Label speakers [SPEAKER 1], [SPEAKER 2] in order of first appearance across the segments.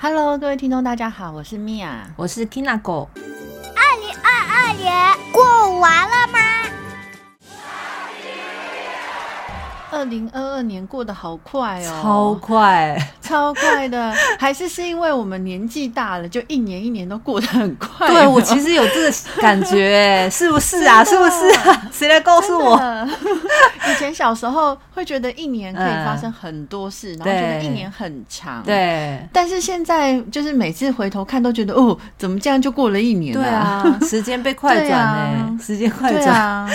[SPEAKER 1] Hello，各位听众，大家好，我是 Mia。
[SPEAKER 2] 我是 Tina 狗，
[SPEAKER 3] 二年过完了吗？
[SPEAKER 1] 二零二二年过得好快
[SPEAKER 2] 超
[SPEAKER 1] 哦，
[SPEAKER 2] 快，
[SPEAKER 1] 超快的， 还是是因为我们年纪大了，就一年一年都过得很快呢。
[SPEAKER 2] 对我其实有这个感觉， 是不是啊？是
[SPEAKER 1] 真
[SPEAKER 2] 不
[SPEAKER 1] 的
[SPEAKER 2] 是啊？ 谁来告诉我？
[SPEAKER 1] 真的 以前小时候会觉得一年可以发生很多事，然后觉得一年很长。。
[SPEAKER 2] 嗯对，
[SPEAKER 1] 但是现在就是每次回头看都觉得哦，怎么这样就过了一年
[SPEAKER 2] 对
[SPEAKER 1] 啊？
[SPEAKER 2] 啊，时间被快转哎
[SPEAKER 1] 对啊，
[SPEAKER 2] 时间快
[SPEAKER 1] 对
[SPEAKER 2] 转。
[SPEAKER 1] 啊，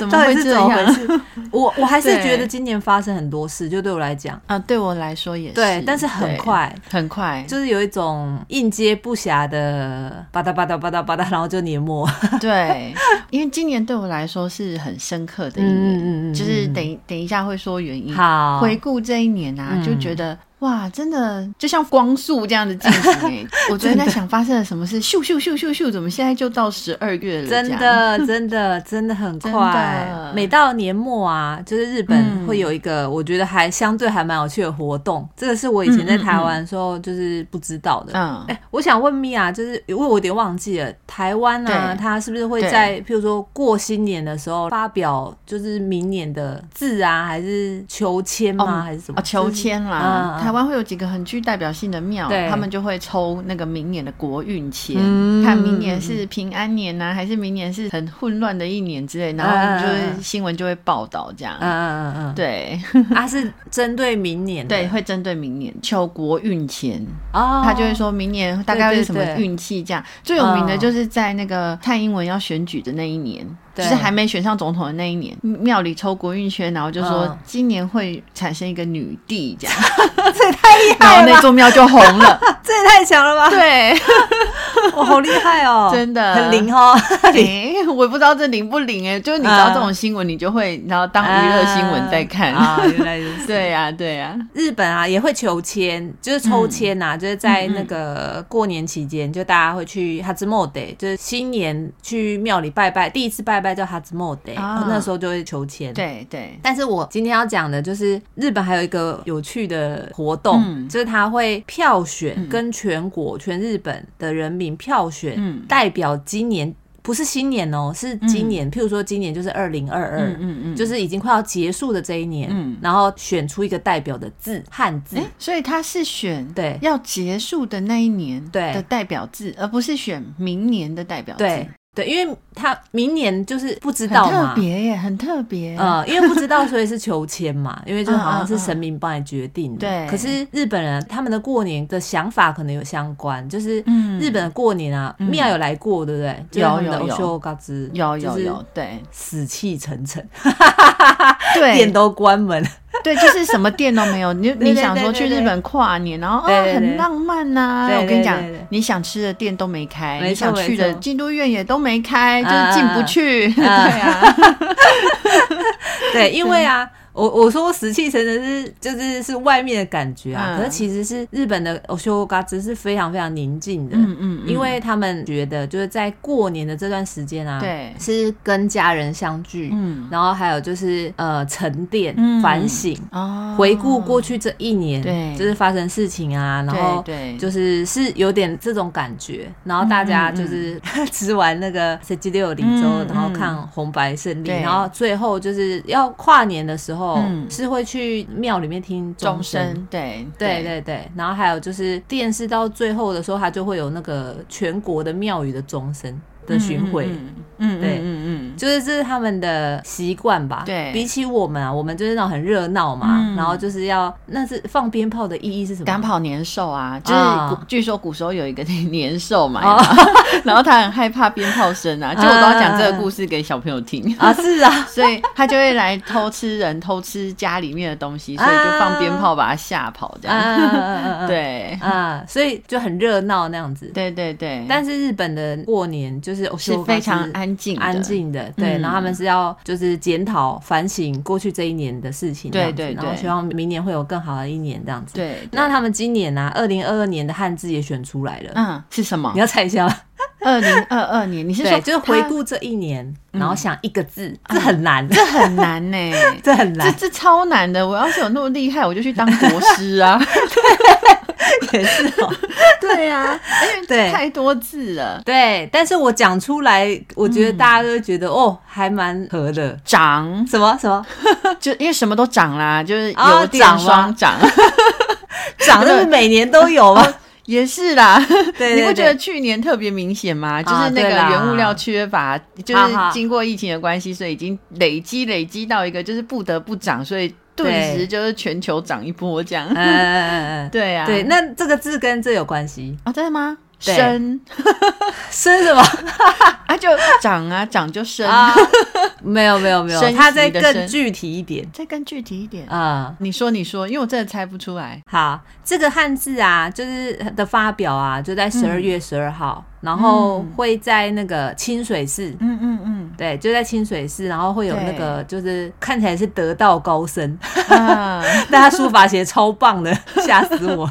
[SPEAKER 1] 怎么
[SPEAKER 2] 到
[SPEAKER 1] 会
[SPEAKER 2] 底是
[SPEAKER 1] 这
[SPEAKER 2] 怎么回
[SPEAKER 1] 样？
[SPEAKER 2] 事？我我还是
[SPEAKER 1] 对
[SPEAKER 2] 觉得今年发生很多事，就对我来讲，
[SPEAKER 1] 啊，对我来说也是，
[SPEAKER 2] 对，但是很
[SPEAKER 1] 对，
[SPEAKER 2] 快，
[SPEAKER 1] 很快，
[SPEAKER 2] 就是有一种应接不暇的吧嗒吧嗒吧嗒吧嗒，然后就年末。
[SPEAKER 1] 对，因为今年对我来说是很深刻的一年，
[SPEAKER 2] 嗯嗯嗯嗯嗯
[SPEAKER 1] 就是等等一下会说原因。
[SPEAKER 2] 好，
[SPEAKER 1] 嗯回顾这一年啊，
[SPEAKER 2] 嗯
[SPEAKER 1] 就觉得哇，真的就像光速这样的进行哎、我昨天在想发生了什么事，咻咻咻咻咻，怎么现在就到十二月了？
[SPEAKER 2] 真，的，真的，真的很
[SPEAKER 1] 真
[SPEAKER 2] 快
[SPEAKER 1] 的。
[SPEAKER 2] 每到年末啊，就是日
[SPEAKER 1] 嗯
[SPEAKER 2] 本会有一个，我觉得还相对还蛮有趣的活动。这个是我以前
[SPEAKER 1] 嗯
[SPEAKER 2] 在
[SPEAKER 1] 嗯
[SPEAKER 2] 台湾的时候就是不知道的。
[SPEAKER 1] 嗯
[SPEAKER 2] 哎、，我想问米娅，就是因为我有点忘记了，台湾啊，
[SPEAKER 1] 对
[SPEAKER 2] 它是不是会
[SPEAKER 1] 对
[SPEAKER 2] 在譬如说过新年的时候发表，就是明年的字啊，还是求签吗，
[SPEAKER 1] 哦
[SPEAKER 2] 还是什
[SPEAKER 1] 啊，
[SPEAKER 2] 么？
[SPEAKER 1] 求签啦，
[SPEAKER 2] 嗯嗯
[SPEAKER 1] 台湾会有几个很具代表性的庙
[SPEAKER 2] 对，
[SPEAKER 1] 他们就会抽那个明年的国运签，
[SPEAKER 2] 嗯
[SPEAKER 1] 看明年是平安年呐、还是明年是很混乱的一年之类，然后就
[SPEAKER 2] 嗯嗯
[SPEAKER 1] 会
[SPEAKER 2] 嗯
[SPEAKER 1] 新闻就会报道这样。
[SPEAKER 2] 嗯嗯嗯嗯，
[SPEAKER 1] 对
[SPEAKER 2] 嗯，啊，是针对明年的，
[SPEAKER 1] 对，会针对明年求国运签，
[SPEAKER 2] 哦，
[SPEAKER 1] 他就会说明年大概会是什么
[SPEAKER 2] 对对对
[SPEAKER 1] 运气这样。最有名的
[SPEAKER 2] 嗯
[SPEAKER 1] 就是在那个蔡英文要选举的那一年，就
[SPEAKER 2] 对
[SPEAKER 1] 是还没选上总统的那一年，庙里抽国运圈，然后就说
[SPEAKER 2] 嗯
[SPEAKER 1] 今年会产生一个女帝 这样，
[SPEAKER 2] 这也太厉
[SPEAKER 1] 然后
[SPEAKER 2] 害了
[SPEAKER 1] 那
[SPEAKER 2] 吧，
[SPEAKER 1] 座庙就红 了。
[SPEAKER 2] 这也太强了吧！
[SPEAKER 1] 对，
[SPEAKER 2] 我好厉害 哦，
[SPEAKER 1] 真的
[SPEAKER 2] 很灵哦，
[SPEAKER 1] 哎、我也不知道这灵不灵哎、就是你知道
[SPEAKER 2] 嗯
[SPEAKER 1] 这种新闻，你就会然后当娱乐新闻在看。
[SPEAKER 2] 啊，原来如 此。
[SPEAKER 1] 对呀、啊对呀、
[SPEAKER 2] 日本啊也会求签，就是抽签
[SPEAKER 1] 嗯
[SPEAKER 2] 呐、就是在那个过年期间，就大家会去哈兹莫德，就是新年去庙里拜拜，第一次拜拜叫哈兹莫德，哦
[SPEAKER 1] 啊
[SPEAKER 2] 那时候就会求签。。
[SPEAKER 1] 对对，
[SPEAKER 2] 但是我今天要讲的就是日本还有一个有趣的活动，
[SPEAKER 1] 嗯
[SPEAKER 2] 就是他会票选跟全国、全日本的人民票选
[SPEAKER 1] 嗯
[SPEAKER 2] 代表今年，不是新年哦，是今年。譬如说今年就是二零二二，
[SPEAKER 1] 嗯嗯嗯，
[SPEAKER 2] 就是已经快要结束的这一年，
[SPEAKER 1] 嗯
[SPEAKER 2] 然后选出一个代表的字汉字，
[SPEAKER 1] 哎、所以他是选
[SPEAKER 2] 对
[SPEAKER 1] 要结束的那一年
[SPEAKER 2] 对
[SPEAKER 1] 的代表字，而不是选明年的代表字。
[SPEAKER 2] 对对，因为他明年就是不知
[SPEAKER 1] 很
[SPEAKER 2] 道
[SPEAKER 1] 特
[SPEAKER 2] 嘛，
[SPEAKER 1] 别耶，很特别。
[SPEAKER 2] 呃，因为不知道，所以是求签嘛，因为就好像
[SPEAKER 1] 哎嗯嗯
[SPEAKER 2] 是
[SPEAKER 1] 嗯
[SPEAKER 2] 神明帮你决定的。
[SPEAKER 1] 对
[SPEAKER 2] 可是日本人他们的过年的想法可能有相关，就是
[SPEAKER 1] 嗯
[SPEAKER 2] 日本的过年啊，庙有来过，对不对？就是
[SPEAKER 1] 有
[SPEAKER 2] 他们的
[SPEAKER 1] 有有
[SPEAKER 2] 修嘎兹，
[SPEAKER 1] 有
[SPEAKER 2] 就
[SPEAKER 1] 有
[SPEAKER 2] 是
[SPEAKER 1] 有，对
[SPEAKER 2] 死气沉沉，店
[SPEAKER 1] 对
[SPEAKER 2] 都关门，
[SPEAKER 1] 对，就是什么店都没有。你
[SPEAKER 2] 对
[SPEAKER 1] 你想说
[SPEAKER 2] 对
[SPEAKER 1] 去
[SPEAKER 2] 对对
[SPEAKER 1] 日本跨年，然后啊
[SPEAKER 2] 对对对
[SPEAKER 1] 很浪漫呐
[SPEAKER 2] 对。对
[SPEAKER 1] 我跟你讲
[SPEAKER 2] 对对对，
[SPEAKER 1] 你想吃的店都没开，
[SPEAKER 2] 没错
[SPEAKER 1] 你想去的
[SPEAKER 2] 没错
[SPEAKER 1] 京都院也都没开，就
[SPEAKER 2] 啊
[SPEAKER 1] 是进不去。 对
[SPEAKER 2] 啊
[SPEAKER 1] 啊，
[SPEAKER 2] 对，因为啊，我我说死气沉沉是就是是外面的感觉啊，
[SPEAKER 1] 嗯
[SPEAKER 2] 可是其实是日本的欧修嘎兹是非常非常宁静的，
[SPEAKER 1] 嗯嗯，嗯
[SPEAKER 2] 因为他们觉得就是在过年的这段时间啊，
[SPEAKER 1] 对
[SPEAKER 2] 是跟家人相聚，
[SPEAKER 1] 嗯
[SPEAKER 2] 然后还有就是呃沉淀、
[SPEAKER 1] 嗯
[SPEAKER 2] 反省。
[SPEAKER 1] 哦
[SPEAKER 2] 回顾过去这一年，
[SPEAKER 1] 对
[SPEAKER 2] 就是发生事情啊，然后
[SPEAKER 1] 对对
[SPEAKER 2] 就是是有点这种感觉，然后大家就是吃完那个十七六零之后，
[SPEAKER 1] 嗯
[SPEAKER 2] 然后
[SPEAKER 1] 嗯
[SPEAKER 2] 看红白胜利，
[SPEAKER 1] 对
[SPEAKER 2] 然后最后就是要跨年的时候，
[SPEAKER 1] 嗯
[SPEAKER 2] 是会去庙里面听
[SPEAKER 1] 终
[SPEAKER 2] 声
[SPEAKER 1] 身，对
[SPEAKER 2] 对对对，然后还有就是电视到最后的时候，它就会有那个全国的庙宇的钟声的巡回，
[SPEAKER 1] 嗯嗯嗯
[SPEAKER 2] 对
[SPEAKER 1] 嗯嗯嗯，
[SPEAKER 2] 就是这是他们的习惯吧。
[SPEAKER 1] 对
[SPEAKER 2] 比起我们啊，我们就是那种很热闹嘛，
[SPEAKER 1] 嗯
[SPEAKER 2] 然后就是要那是放鞭炮的意义是什么？
[SPEAKER 1] 赶跑年兽啊，就是
[SPEAKER 2] 嗯啊
[SPEAKER 1] 古据说古时候有一个年兽嘛，
[SPEAKER 2] 哦
[SPEAKER 1] 有没有然后 他很害怕鞭炮声啊，结果我都要讲
[SPEAKER 2] 嗯
[SPEAKER 1] 这个故事给小朋友听。
[SPEAKER 2] 啊，是啊，
[SPEAKER 1] 所以他就会来偷吃人、偷吃家里面的东西，所以就放鞭炮把他吓跑，这
[SPEAKER 2] 啊
[SPEAKER 1] 样。
[SPEAKER 2] 啊啊啊，
[SPEAKER 1] 对，
[SPEAKER 2] 啊，所以就很热闹那样子。
[SPEAKER 1] 对对对，
[SPEAKER 2] 但是日本的过年就是
[SPEAKER 1] 是非常安静的
[SPEAKER 2] 安。静的，对，
[SPEAKER 1] 嗯
[SPEAKER 2] 然后他们是要就是检讨反省过去这一年的事情这样子，
[SPEAKER 1] 对对对
[SPEAKER 2] 然后希望明年会有更好的一年这样子。，
[SPEAKER 1] 对，
[SPEAKER 2] 那他们今年呢、啊，二零二二年的汉字也选出来了，
[SPEAKER 1] 嗯，是什么
[SPEAKER 2] 你？要猜一下吗？
[SPEAKER 1] 二零二二年，你是说
[SPEAKER 2] 对，就是回
[SPEAKER 1] 他，
[SPEAKER 2] 顾这一年，然后想一个字，这很难，
[SPEAKER 1] 这很难呢，
[SPEAKER 2] 这很
[SPEAKER 1] 嗯这
[SPEAKER 2] 难。
[SPEAKER 1] 这超难的。我要是有那么厉害，我就去当国师啊。
[SPEAKER 2] 也是哦。
[SPEAKER 1] 对啊，因
[SPEAKER 2] 对
[SPEAKER 1] 为太多字了。
[SPEAKER 2] 对，但是我讲出来，我觉得大家都会
[SPEAKER 1] 嗯
[SPEAKER 2] 觉得、哦，还蛮合的。
[SPEAKER 1] 长
[SPEAKER 2] 什么 什么
[SPEAKER 1] 就因为什么都长啦，就是
[SPEAKER 2] 啊
[SPEAKER 1] 油电
[SPEAKER 2] 长吗
[SPEAKER 1] 双涨，
[SPEAKER 2] 长得是每年都有吗？
[SPEAKER 1] 也是啦。
[SPEAKER 2] 对
[SPEAKER 1] 你
[SPEAKER 2] 对
[SPEAKER 1] 不觉
[SPEAKER 2] 对哦
[SPEAKER 1] 得 去年特别明显吗？就是那
[SPEAKER 2] 对
[SPEAKER 1] 个
[SPEAKER 2] 啦
[SPEAKER 1] 原物料缺乏，就是
[SPEAKER 2] 好好
[SPEAKER 1] 经过疫情的关系，所以已经累积累积到一个就是不得不涨，所以顿时就是全球涨一波这样。
[SPEAKER 2] 嗯嗯嗯嗯
[SPEAKER 1] 对啊，
[SPEAKER 2] 嗯，对，那这个字跟这有关系？
[SPEAKER 1] 啊，真的吗？
[SPEAKER 2] 对
[SPEAKER 1] 升
[SPEAKER 2] 生什么？
[SPEAKER 1] 啊，就涨啊，涨就升。
[SPEAKER 2] 啊， 没有没有没有，
[SPEAKER 1] 升级
[SPEAKER 2] 它再
[SPEAKER 1] 的
[SPEAKER 2] 更
[SPEAKER 1] 升
[SPEAKER 2] 具体一点
[SPEAKER 1] 再更具体一点，
[SPEAKER 2] 啊、嗯
[SPEAKER 1] 你说你说，因为我真的猜不出来。
[SPEAKER 2] 好，这个汉字啊，就是的发表啊，就在
[SPEAKER 1] 嗯
[SPEAKER 2] 十二月十二号、然后会在那个清水寺。
[SPEAKER 1] 嗯嗯
[SPEAKER 2] 对，就在清水寺，然后会有那个，就是看起来是得道高僧，
[SPEAKER 1] 嗯， 啊，
[SPEAKER 2] 但他书法写超棒 的，吓死我。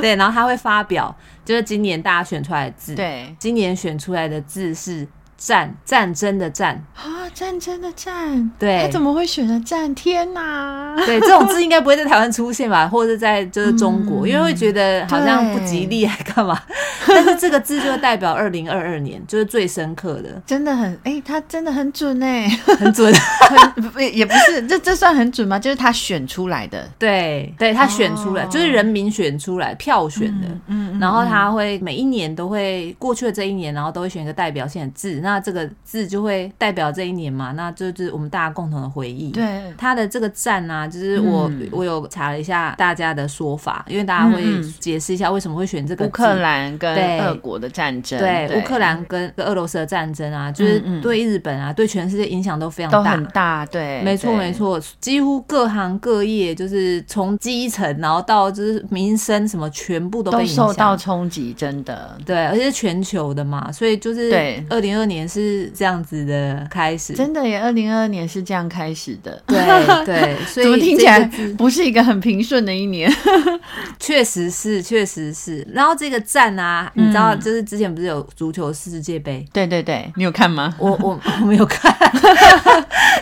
[SPEAKER 2] 对，然后他会发表，就是今年大家选出来的字。，
[SPEAKER 1] 对
[SPEAKER 2] 今年选出来的字是“战”，战争的“战
[SPEAKER 1] 啊，战争的战，
[SPEAKER 2] 对
[SPEAKER 1] 他怎么会选择战？天 哪”。！
[SPEAKER 2] 对，这种字应该不会在台湾出现吧，或者在就是中国，
[SPEAKER 1] 嗯
[SPEAKER 2] 因为会觉得好像不吉利，还 干嘛？但是这个字就代表二零二二年，就是最深刻的，
[SPEAKER 1] 真的很哎、他真的很准哎、
[SPEAKER 2] 很准。
[SPEAKER 1] 很不 也不是，这这算很准吗？就是他选出来的，
[SPEAKER 2] 对，对他选出来，
[SPEAKER 1] 哦
[SPEAKER 2] 就是人民选出来票选的。
[SPEAKER 1] 嗯
[SPEAKER 2] 然后他会每一年都会过去的这一年，然后都会选一个代表性的字，那这个字就会代表这一年嘛，那这就是我们大家共同的回忆。，
[SPEAKER 1] 对，
[SPEAKER 2] 他的这个站啊，就是我、
[SPEAKER 1] 嗯
[SPEAKER 2] 我有查了一下大家的说法，因为大家会
[SPEAKER 1] 嗯嗯
[SPEAKER 2] 解释一下为什么会选这个
[SPEAKER 1] 乌
[SPEAKER 2] 字
[SPEAKER 1] 克。兰
[SPEAKER 2] 对
[SPEAKER 1] 跟俄国的战争，
[SPEAKER 2] 对
[SPEAKER 1] 对，
[SPEAKER 2] 乌克兰跟跟俄罗斯的战争啊，就是
[SPEAKER 1] 嗯嗯
[SPEAKER 2] 对日本啊，对全世界影响都非常
[SPEAKER 1] 都
[SPEAKER 2] 大，
[SPEAKER 1] 很大，对，
[SPEAKER 2] 没错
[SPEAKER 1] 对
[SPEAKER 2] 没，错，几乎各行各业，就是从基层，然后到就是民生什么，全部都被
[SPEAKER 1] 都
[SPEAKER 2] 影响。
[SPEAKER 1] 受到冲击，真的，
[SPEAKER 2] 对，而且是全球的嘛，所以就是
[SPEAKER 1] 对
[SPEAKER 2] 二零二年是这样子的开始。
[SPEAKER 1] 真的耶，二零二二年是这样开始的。
[SPEAKER 2] 对对，所以
[SPEAKER 1] 怎么听起
[SPEAKER 2] 这
[SPEAKER 1] 来
[SPEAKER 2] 个字
[SPEAKER 1] 不是一个很平顺的一年？
[SPEAKER 2] 确实是，确实是。然后这个站啊，你知
[SPEAKER 1] 嗯
[SPEAKER 2] 道，就是之前不是有足球世界杯，
[SPEAKER 1] 对对对，你有看吗？
[SPEAKER 2] 我我 我没有 看，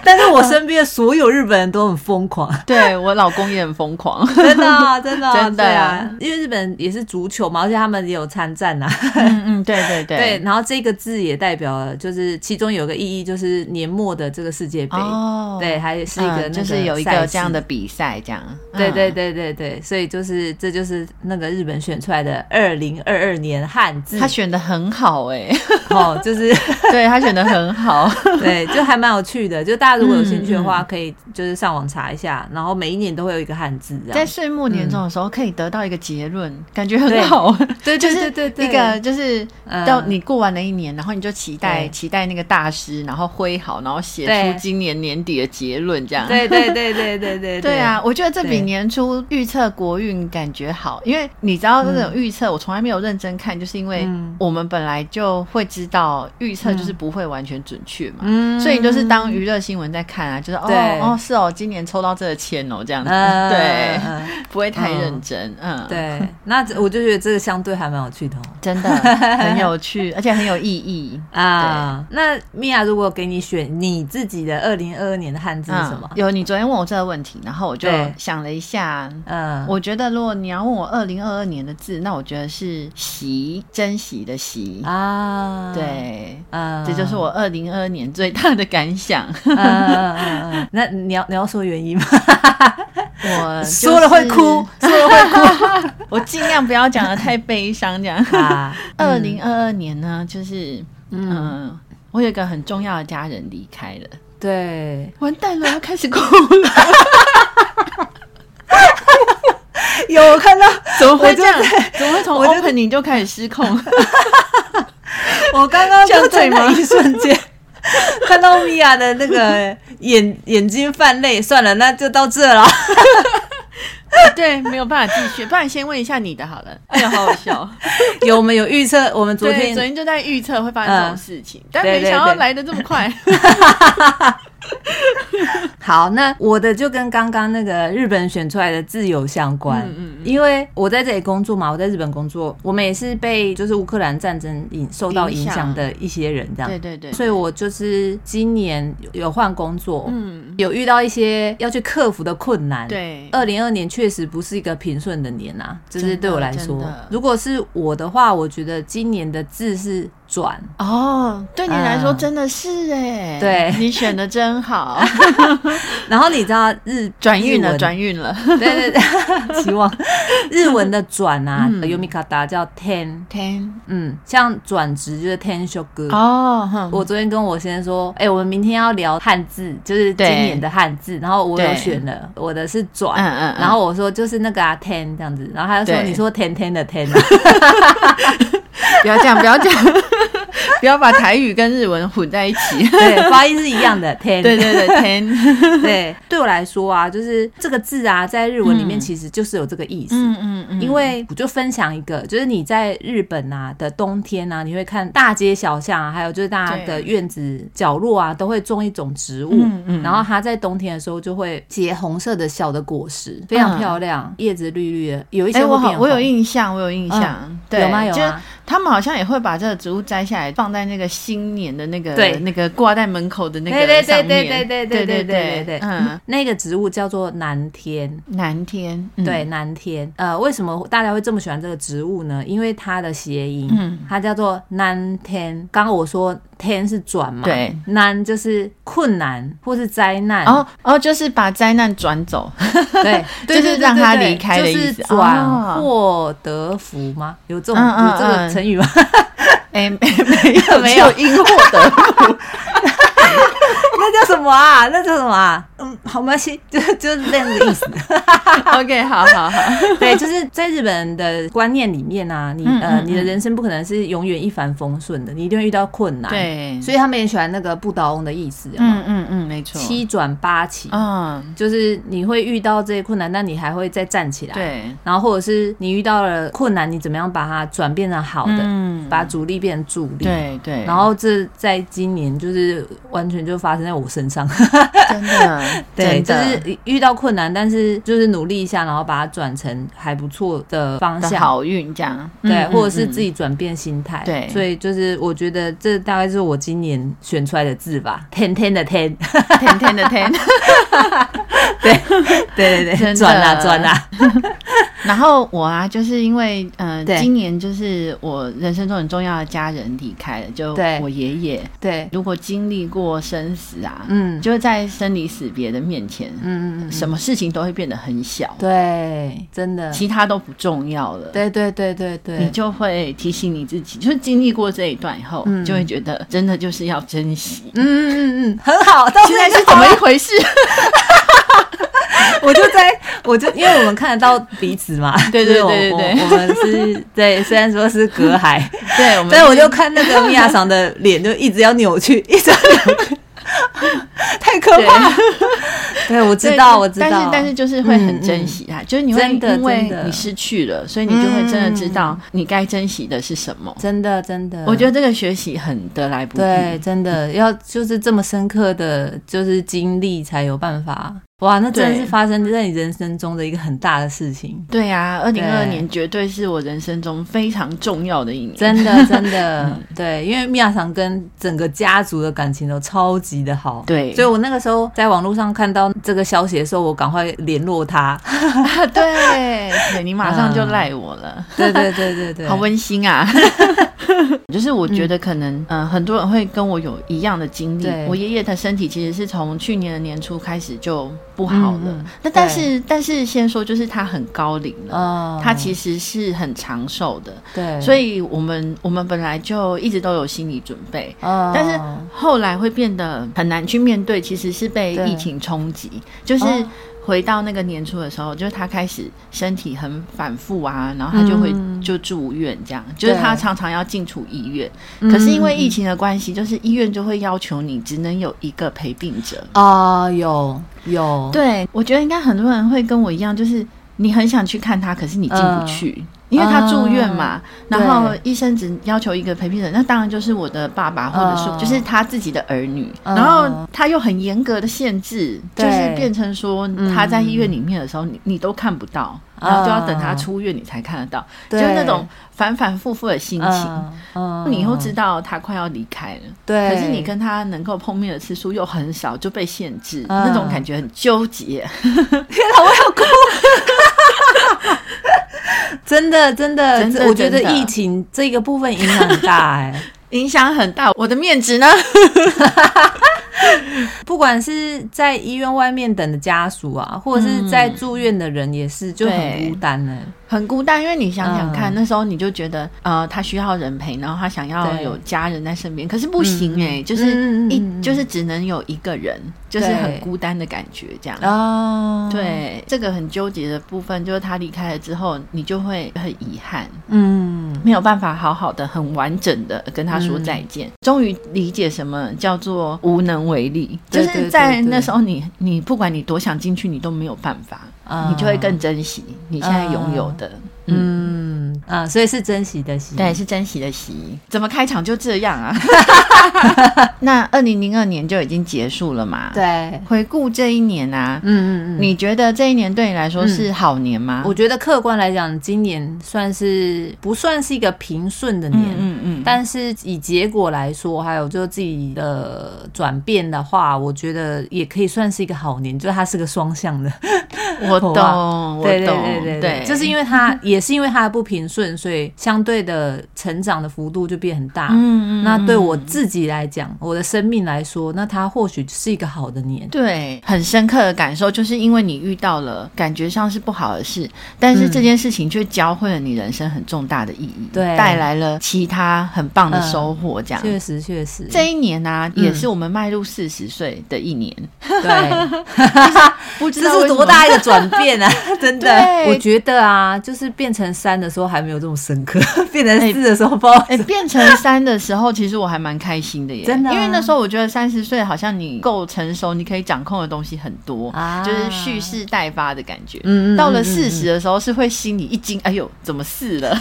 [SPEAKER 2] 但是我身边的所有日本人都很疯狂，
[SPEAKER 1] 对我老公也很疯狂，
[SPEAKER 2] 真的啊、 真的啊、
[SPEAKER 1] 真的
[SPEAKER 2] 对啊，因为日本也是足球嘛，而且他们也有参战呐、啊。
[SPEAKER 1] 嗯嗯，对 对
[SPEAKER 2] 对，
[SPEAKER 1] 对，
[SPEAKER 2] 然后这个字也代表了，就是其中有个意义，就是年末的这个世界杯。
[SPEAKER 1] 哦，
[SPEAKER 2] 对，还是一个、那
[SPEAKER 1] 嗯，就是有一
[SPEAKER 2] 赛
[SPEAKER 1] 个
[SPEAKER 2] 事
[SPEAKER 1] 这样的，比赛，这样，
[SPEAKER 2] 对
[SPEAKER 1] 嗯
[SPEAKER 2] 对，对对对，所以就是这就是那个日本选出来的二零二二年汉字
[SPEAKER 1] 他，选的很好 哎，
[SPEAKER 2] 哦，就是
[SPEAKER 1] 对他选的很 好，
[SPEAKER 2] 对，就还蛮有趣的。就大家如果有兴趣的话，可以就是上网查一下，然后每一年都会有一个汉字这
[SPEAKER 1] 在
[SPEAKER 2] 样。
[SPEAKER 1] 岁末年终的时候可以得到一个结论，感觉很好，
[SPEAKER 2] 对
[SPEAKER 1] 就
[SPEAKER 2] 对
[SPEAKER 1] 是
[SPEAKER 2] 对对对，
[SPEAKER 1] 一个就是
[SPEAKER 2] 嗯
[SPEAKER 1] 到你过完了一年，然后你就期待
[SPEAKER 2] 对
[SPEAKER 1] 期待那个大师，然后挥毫，然后写
[SPEAKER 2] 对
[SPEAKER 1] 出今年年底的结论，这样，
[SPEAKER 2] 对对对对对对
[SPEAKER 1] 对啊，，我觉得这
[SPEAKER 2] 对
[SPEAKER 1] 比年初预测国运感觉好，因为你知道那种预测，我从来没有认真看，就是因为
[SPEAKER 2] 嗯
[SPEAKER 1] 我们本来就会知道预测就是不会完全准确嘛，
[SPEAKER 2] 嗯
[SPEAKER 1] 所以你就是当娱乐新闻在看啊，就是哦
[SPEAKER 2] 对
[SPEAKER 1] 哦是哦，今年抽到这个签哦这样子，
[SPEAKER 2] 嗯
[SPEAKER 1] 对，
[SPEAKER 2] 嗯嗯
[SPEAKER 1] 不会太认真，嗯，，
[SPEAKER 2] 对，那这我就觉得这个相对还蛮有趣的哦。
[SPEAKER 1] 真的很有趣，而且很有意义。
[SPEAKER 2] 啊，那米娅，如果给你选你自己的二零二二年的汉字是什么？
[SPEAKER 1] 嗯有你昨天问我这个问题，然后我就
[SPEAKER 2] 对
[SPEAKER 1] 想了一下，
[SPEAKER 2] 嗯，
[SPEAKER 1] 啊我觉得如果你要问我二零二二年的字，那我觉得是惜，珍惜的惜。
[SPEAKER 2] 啊，，
[SPEAKER 1] 对，
[SPEAKER 2] 嗯，
[SPEAKER 1] 这就是我二零二二年最大的感想。
[SPEAKER 2] 嗯。嗯嗯嗯嗯，那你要你要说原因吗？
[SPEAKER 1] 我、
[SPEAKER 2] 说了会哭，，说了会
[SPEAKER 1] 我尽量不要讲的太悲伤，这 样。
[SPEAKER 2] 哭 啊。
[SPEAKER 1] 二零二二年呢，就是嗯、
[SPEAKER 2] 嗯，
[SPEAKER 1] 我有一个很重要的家人离开了，
[SPEAKER 2] 对，
[SPEAKER 1] 完蛋了，我要开始哭了，
[SPEAKER 2] 有我看到，
[SPEAKER 1] 怎么
[SPEAKER 2] 会
[SPEAKER 1] 会
[SPEAKER 2] 这
[SPEAKER 1] 这
[SPEAKER 2] 样
[SPEAKER 1] 样？怎么会从
[SPEAKER 2] 我就
[SPEAKER 1] opening 就开始失 控？
[SPEAKER 2] 我刚刚
[SPEAKER 1] 这样
[SPEAKER 2] 就在
[SPEAKER 1] 对吗
[SPEAKER 2] 那一瞬间看到米娅的那个眼眼睛泛泪，算了，那就到这了。
[SPEAKER 1] 对，没有办法继续，不然先问一下你的好了。哎呀，好好笑。
[SPEAKER 2] 有我们有预测，我们昨
[SPEAKER 1] 对，
[SPEAKER 2] 天嗯
[SPEAKER 1] 昨天就在预测会发生这种事情，但没
[SPEAKER 2] 对对
[SPEAKER 1] 想到
[SPEAKER 2] 对
[SPEAKER 1] 来的这么快。
[SPEAKER 2] 好，那我的就跟刚刚那个日本选出来的自由相关，
[SPEAKER 1] 嗯
[SPEAKER 2] 因为我在这里工作嘛，我在日本工作，我们也是被就是乌克兰战争影受到影响的一些人这样
[SPEAKER 1] 对，对对，
[SPEAKER 2] 所以我就是今年有换工作，
[SPEAKER 1] 嗯，
[SPEAKER 2] 有遇到一些要去克服的困难，。
[SPEAKER 1] 对，
[SPEAKER 2] 二零二年确实不是一个平顺的年啊，就是
[SPEAKER 1] 真的
[SPEAKER 2] 对我来
[SPEAKER 1] 真
[SPEAKER 2] 说
[SPEAKER 1] 的，
[SPEAKER 2] 如果是我的话，我觉得今年的字是转，
[SPEAKER 1] 哦，对你来说
[SPEAKER 2] 嗯
[SPEAKER 1] 真的是哎，
[SPEAKER 2] 对
[SPEAKER 1] 你选的真好，
[SPEAKER 2] 然后你知道日
[SPEAKER 1] 转运
[SPEAKER 2] 日
[SPEAKER 1] 了，
[SPEAKER 2] 文
[SPEAKER 1] 转运 了
[SPEAKER 2] 对对 对，希望日文的转啊
[SPEAKER 1] 嗯
[SPEAKER 2] ，yomikata 叫 ten，
[SPEAKER 1] ，ten
[SPEAKER 2] 嗯，像转职就是 ten s h o g
[SPEAKER 1] 哦，哼
[SPEAKER 2] 嗯我昨天跟我先生说，哎、我们明天要聊汉字，就是今
[SPEAKER 1] 对
[SPEAKER 2] 年的汉字。然后我有
[SPEAKER 1] 对
[SPEAKER 2] 选了，我的是转，
[SPEAKER 1] 嗯嗯嗯
[SPEAKER 2] 然后我说就是那个啊 ten 这样子，然后他就说
[SPEAKER 1] 对
[SPEAKER 2] 你说 ten ten 的 ten，啊
[SPEAKER 1] 不要这样，不要这样， 不要把台语跟日文混在一 起。
[SPEAKER 2] 对，发音是一样 的 ten，
[SPEAKER 1] 对对对，ten，
[SPEAKER 2] 对，对我来说啊，就是这个字啊，在日文里面
[SPEAKER 1] 嗯
[SPEAKER 2] 其实就是有这个意思。
[SPEAKER 1] 嗯嗯嗯，
[SPEAKER 2] 因为我就分享一个，就是你在日本啊的冬天啊，你会看大街小巷、啊，还有就是大家的
[SPEAKER 1] 对
[SPEAKER 2] 院子角落啊，都会种一种植物，
[SPEAKER 1] 嗯嗯
[SPEAKER 2] 然后它在冬天的时候就会结红色的小的果实，非常
[SPEAKER 1] 嗯
[SPEAKER 2] 漂亮，叶子绿绿的，有一些
[SPEAKER 1] 哎，
[SPEAKER 2] 会
[SPEAKER 1] 我
[SPEAKER 2] 变
[SPEAKER 1] 好，我有
[SPEAKER 2] 红
[SPEAKER 1] 印象，我有印象
[SPEAKER 2] 嗯，
[SPEAKER 1] 对，
[SPEAKER 2] 有吗有吗
[SPEAKER 1] 就是他们好像也会把这个植物摘下来，放在那个新年的那个
[SPEAKER 2] 对
[SPEAKER 1] 那个挂在门口的那
[SPEAKER 2] 对对
[SPEAKER 1] 个
[SPEAKER 2] 对
[SPEAKER 1] 上面，
[SPEAKER 2] 对对对对对
[SPEAKER 1] 对
[SPEAKER 2] 对对
[SPEAKER 1] 嗯，
[SPEAKER 2] 那个植物叫做南天。
[SPEAKER 1] 南天，嗯
[SPEAKER 2] 对，，南天。呃，为什么大家会这么喜欢这个植物呢？因为它的谐音，
[SPEAKER 1] 嗯
[SPEAKER 2] 它叫做南天。刚刚我说天是转嘛，
[SPEAKER 1] 对，
[SPEAKER 2] 难就是困难或是灾难，
[SPEAKER 1] 哦哦，就是把灾难转走，
[SPEAKER 2] 对，
[SPEAKER 1] 就
[SPEAKER 2] 对
[SPEAKER 1] 是
[SPEAKER 2] 对对
[SPEAKER 1] 让它
[SPEAKER 2] 对
[SPEAKER 1] 离开的意思
[SPEAKER 2] 就是转
[SPEAKER 1] 哦
[SPEAKER 2] 祸得福吗？有这种
[SPEAKER 1] 嗯嗯
[SPEAKER 2] 有这个
[SPEAKER 1] 嗯
[SPEAKER 2] 成语 吗？
[SPEAKER 1] 哎， 没没有
[SPEAKER 2] 没有
[SPEAKER 1] 只因祸得福，
[SPEAKER 2] 那叫什么啊？那叫什么啊？嗯，好没关系，就就是这样的意思。
[SPEAKER 1] OK，好好好，
[SPEAKER 2] 对，就是在日本人的观念里面啊，你
[SPEAKER 1] 嗯
[SPEAKER 2] 呃，
[SPEAKER 1] 嗯
[SPEAKER 2] 你的人生不可能是永远一帆风顺的，你一定会遇到困 难。。
[SPEAKER 1] 对，
[SPEAKER 2] 所以他们也喜欢那个不倒翁的意思，嗯，
[SPEAKER 1] 嗯嗯嗯，没错，
[SPEAKER 2] 七转八起，
[SPEAKER 1] 嗯，
[SPEAKER 2] 就是你会遇到这些困难，但你还会再站起来。，
[SPEAKER 1] 对，
[SPEAKER 2] 然后或者是你遇到了困难，你怎么样把它转变成好的，
[SPEAKER 1] 嗯
[SPEAKER 2] 把阻力变成助力。。
[SPEAKER 1] 对对，
[SPEAKER 2] 然后这在今年就是完全就发生在我身上，
[SPEAKER 1] 真的，
[SPEAKER 2] 对，
[SPEAKER 1] 真
[SPEAKER 2] 就
[SPEAKER 1] 的
[SPEAKER 2] 是遇到困难，但是就是努力一下，然后把它转成还不错的方
[SPEAKER 1] 的
[SPEAKER 2] 向，
[SPEAKER 1] 好运这样，
[SPEAKER 2] 对，
[SPEAKER 1] 嗯
[SPEAKER 2] 或者是
[SPEAKER 1] 嗯
[SPEAKER 2] 自。
[SPEAKER 1] 嗯
[SPEAKER 2] 己转变心态，
[SPEAKER 1] 对
[SPEAKER 2] 所以就是我觉得这大概是我今年选出来的字吧，天天的天，
[SPEAKER 1] 天天的天，
[SPEAKER 2] 对对对，
[SPEAKER 1] 真的
[SPEAKER 2] 转啦转啊啦，
[SPEAKER 1] 然后我啊，就是因为呃，
[SPEAKER 2] 对
[SPEAKER 1] 今年就是我人生中很重要的家人离开了，就
[SPEAKER 2] 对
[SPEAKER 1] 我爷爷。
[SPEAKER 2] 对，
[SPEAKER 1] 如果经历过生死啊，
[SPEAKER 2] 嗯
[SPEAKER 1] 就是在生离死别的面前，
[SPEAKER 2] 嗯嗯嗯，
[SPEAKER 1] 什么事情都会变得很小，
[SPEAKER 2] 对，真的，
[SPEAKER 1] 其他都不重要了。
[SPEAKER 2] 对对对对
[SPEAKER 1] 你
[SPEAKER 2] 对，
[SPEAKER 1] 就会提醒你自己，就是经历过这一段以后，
[SPEAKER 2] 嗯
[SPEAKER 1] 就会觉得真的就是要珍惜。
[SPEAKER 2] 嗯嗯嗯嗯，很好，到
[SPEAKER 1] 现在是怎么一回 事？
[SPEAKER 2] 我就在，我就因为我们看得到彼此嘛，
[SPEAKER 1] 对
[SPEAKER 2] 就是
[SPEAKER 1] 对
[SPEAKER 2] 我
[SPEAKER 1] 对对对
[SPEAKER 2] 我我们是对，虽然说是隔 海，
[SPEAKER 1] 对，我们
[SPEAKER 2] 但是我就看那个米娅桑的脸，就一直要扭曲， 一直要扭曲，太可
[SPEAKER 1] 对
[SPEAKER 2] 怕了。 对，我知道，
[SPEAKER 1] 对
[SPEAKER 2] 我知道，嗯
[SPEAKER 1] 但是但是就是会很珍惜它，就是你会
[SPEAKER 2] 真的
[SPEAKER 1] 因为
[SPEAKER 2] 真的嗯
[SPEAKER 1] 你失去了，所以你就会真的知道你该珍惜的是什么。
[SPEAKER 2] 真的真的，
[SPEAKER 1] 我觉
[SPEAKER 2] 得。
[SPEAKER 1] 得这个学习很得来不易。
[SPEAKER 2] 嗯对，真的要就是这么深刻的就是经历才有办法哇！那真的是
[SPEAKER 1] 对
[SPEAKER 2] 发生在你人生中的一个很大的事情，
[SPEAKER 1] 对啊，二零二二
[SPEAKER 2] 对
[SPEAKER 1] 年绝对是我人生中非常重要的一年。
[SPEAKER 2] 真的真 的对，因为米娅桑跟整个家族的感情都超级的好，
[SPEAKER 1] 对
[SPEAKER 2] 所以我那个时候在网络上看到这个消息的时候，我赶快联 络他，
[SPEAKER 1] 啊 对，对你马
[SPEAKER 2] 嗯
[SPEAKER 1] 上就赖我了，
[SPEAKER 2] 对对对对对，
[SPEAKER 1] 好温馨 啊！就是我觉得可能，嗯、很多人会跟我有一样的经历
[SPEAKER 2] 对。
[SPEAKER 1] 我爷爷的身体其实是从去年的年初开始就不好了，
[SPEAKER 2] 嗯嗯
[SPEAKER 1] 那但
[SPEAKER 2] 对
[SPEAKER 1] 是但是先说，就是他很高龄了，
[SPEAKER 2] 哦，
[SPEAKER 1] 他其实是很长寿的，
[SPEAKER 2] 对，
[SPEAKER 1] 所以我们我们本来就一直都有心理准备。
[SPEAKER 2] 哦，
[SPEAKER 1] 但是后来会变得很难去面对，其实是被
[SPEAKER 2] 对
[SPEAKER 1] 疫情冲击，就是
[SPEAKER 2] 哦
[SPEAKER 1] 回到那个年初的时候，就是他开始身体很反复啊，然后他就会
[SPEAKER 2] 嗯
[SPEAKER 1] 就住院这样，就是
[SPEAKER 2] 对
[SPEAKER 1] 他常常要进出医院，
[SPEAKER 2] 嗯
[SPEAKER 1] 可是因为疫情的关系，就是医院就会要求你只能有一个陪病者，
[SPEAKER 2] 啊、有有，
[SPEAKER 1] 对，我觉得应该很多人会跟我一样，就是你很想去看他，可是你进不去，因为他住院嘛，
[SPEAKER 2] 嗯哦对
[SPEAKER 1] 然后医生只要求一个陪病人，那当然就是我的爸爸或者是、
[SPEAKER 2] 嗯
[SPEAKER 1] 就是他自己的儿女，
[SPEAKER 2] 嗯
[SPEAKER 1] 然后他又很严格的限制，
[SPEAKER 2] 对
[SPEAKER 1] 就是变成说他在医院里面的时候，你你都看不到，
[SPEAKER 2] 嗯
[SPEAKER 1] 然后就要等他出院你才看得到，
[SPEAKER 2] 对
[SPEAKER 1] 就是那种反反复复的心情。
[SPEAKER 2] 嗯嗯
[SPEAKER 1] 你又知道他快要离开了，
[SPEAKER 2] 对，
[SPEAKER 1] 可是你跟他能够碰面的次数又很少，就被限制，
[SPEAKER 2] 嗯
[SPEAKER 1] 那种感觉很纠结。
[SPEAKER 2] 天哪，我要哭！真的，真的，
[SPEAKER 1] 真的
[SPEAKER 2] 这我觉得
[SPEAKER 1] 真的
[SPEAKER 2] 疫情这个部分影响很大哎、
[SPEAKER 1] 影响很大。我的面值呢？
[SPEAKER 2] 不管是在医院外面等的家属啊，或者是在住院的人，也是、就很
[SPEAKER 1] 对
[SPEAKER 2] 孤单呢、
[SPEAKER 1] 很孤单，因为你想想看，
[SPEAKER 2] 嗯
[SPEAKER 1] 那时候你就觉得，呃，他需要人陪，然后他想要
[SPEAKER 2] 对
[SPEAKER 1] 有家人在身边，可是不行哎、就是
[SPEAKER 2] 嗯嗯嗯
[SPEAKER 1] 一、
[SPEAKER 2] 嗯嗯
[SPEAKER 1] 就是只能有一个人，就是
[SPEAKER 2] 对
[SPEAKER 1] 很孤单的感觉这样。
[SPEAKER 2] 哦，，
[SPEAKER 1] 对，这个很纠结的部分就是他离开了之后，你就会很遗憾，
[SPEAKER 2] 嗯，
[SPEAKER 1] 没有办法好好的、很完整的跟他说再见。终于理解什么叫做无能为力，就
[SPEAKER 2] 对
[SPEAKER 1] 是
[SPEAKER 2] 对
[SPEAKER 1] 在
[SPEAKER 2] 对对
[SPEAKER 1] 那时候你，你不管你多想进去，你都没有办法，
[SPEAKER 2] 啊
[SPEAKER 1] 你就会更珍惜你现在拥有的。嗯
[SPEAKER 2] 嗯啊，所以是珍惜的惜，
[SPEAKER 1] 对，，是珍惜的惜。怎么开场就这样 啊？ 那二零零二年就已经结束了嘛？。
[SPEAKER 2] 对，
[SPEAKER 1] 回顾这一年啊，
[SPEAKER 2] 嗯嗯嗯，
[SPEAKER 1] 你觉得这一年对你来说是好年吗？
[SPEAKER 2] 我觉得客观来讲，今年算是不算是一个平顺的年，
[SPEAKER 1] 嗯嗯嗯，
[SPEAKER 2] 但是以结果来说，还有就是自己的转变的话，我觉得也可以算是一个好年，就是它是个双向的。
[SPEAKER 1] 我
[SPEAKER 2] 好
[SPEAKER 1] 懂，
[SPEAKER 2] 吧
[SPEAKER 1] 我懂，
[SPEAKER 2] 对对对
[SPEAKER 1] 对，
[SPEAKER 2] 就是因为它也是因为它的不平顺，所以相对的成长的幅度就变很大。
[SPEAKER 1] 嗯嗯，
[SPEAKER 2] 那
[SPEAKER 1] 嗯
[SPEAKER 2] 对我自己来讲，我的生命来说，那它或许是一个好的年。
[SPEAKER 1] 对，很深刻的感受，就是因为你遇到了感觉上是不好的事，但是
[SPEAKER 2] 嗯
[SPEAKER 1] 这件事情却教会了你人生很重大的意义，
[SPEAKER 2] 对
[SPEAKER 1] 带来了其他很棒的
[SPEAKER 2] 嗯
[SPEAKER 1] 收获。这样，
[SPEAKER 2] 确实，确实，
[SPEAKER 1] 啊这一年呢、啊
[SPEAKER 2] 嗯
[SPEAKER 1] 也是我们迈入四十岁的一年，
[SPEAKER 2] 对，
[SPEAKER 1] 不知
[SPEAKER 2] 这
[SPEAKER 1] 道为
[SPEAKER 2] 是
[SPEAKER 1] 什么
[SPEAKER 2] 多大一个转变 啊！真的
[SPEAKER 1] 对，
[SPEAKER 2] 我觉得啊，就是变成三的时候还没有这么深刻， 变成
[SPEAKER 1] 哎
[SPEAKER 2] 四的时候，不知道
[SPEAKER 1] 哎、变成三的时候，其实我还蛮开心的耶，
[SPEAKER 2] 真的啊
[SPEAKER 1] 因为那时候我觉得三十岁好像你够成熟，你可以掌控的东西很多，
[SPEAKER 2] 啊
[SPEAKER 1] 就是蓄势待发的感觉。
[SPEAKER 2] 嗯嗯嗯
[SPEAKER 1] 到了
[SPEAKER 2] 嗯
[SPEAKER 1] 四十的时候，是会心里一惊，哎呦，怎么四 了？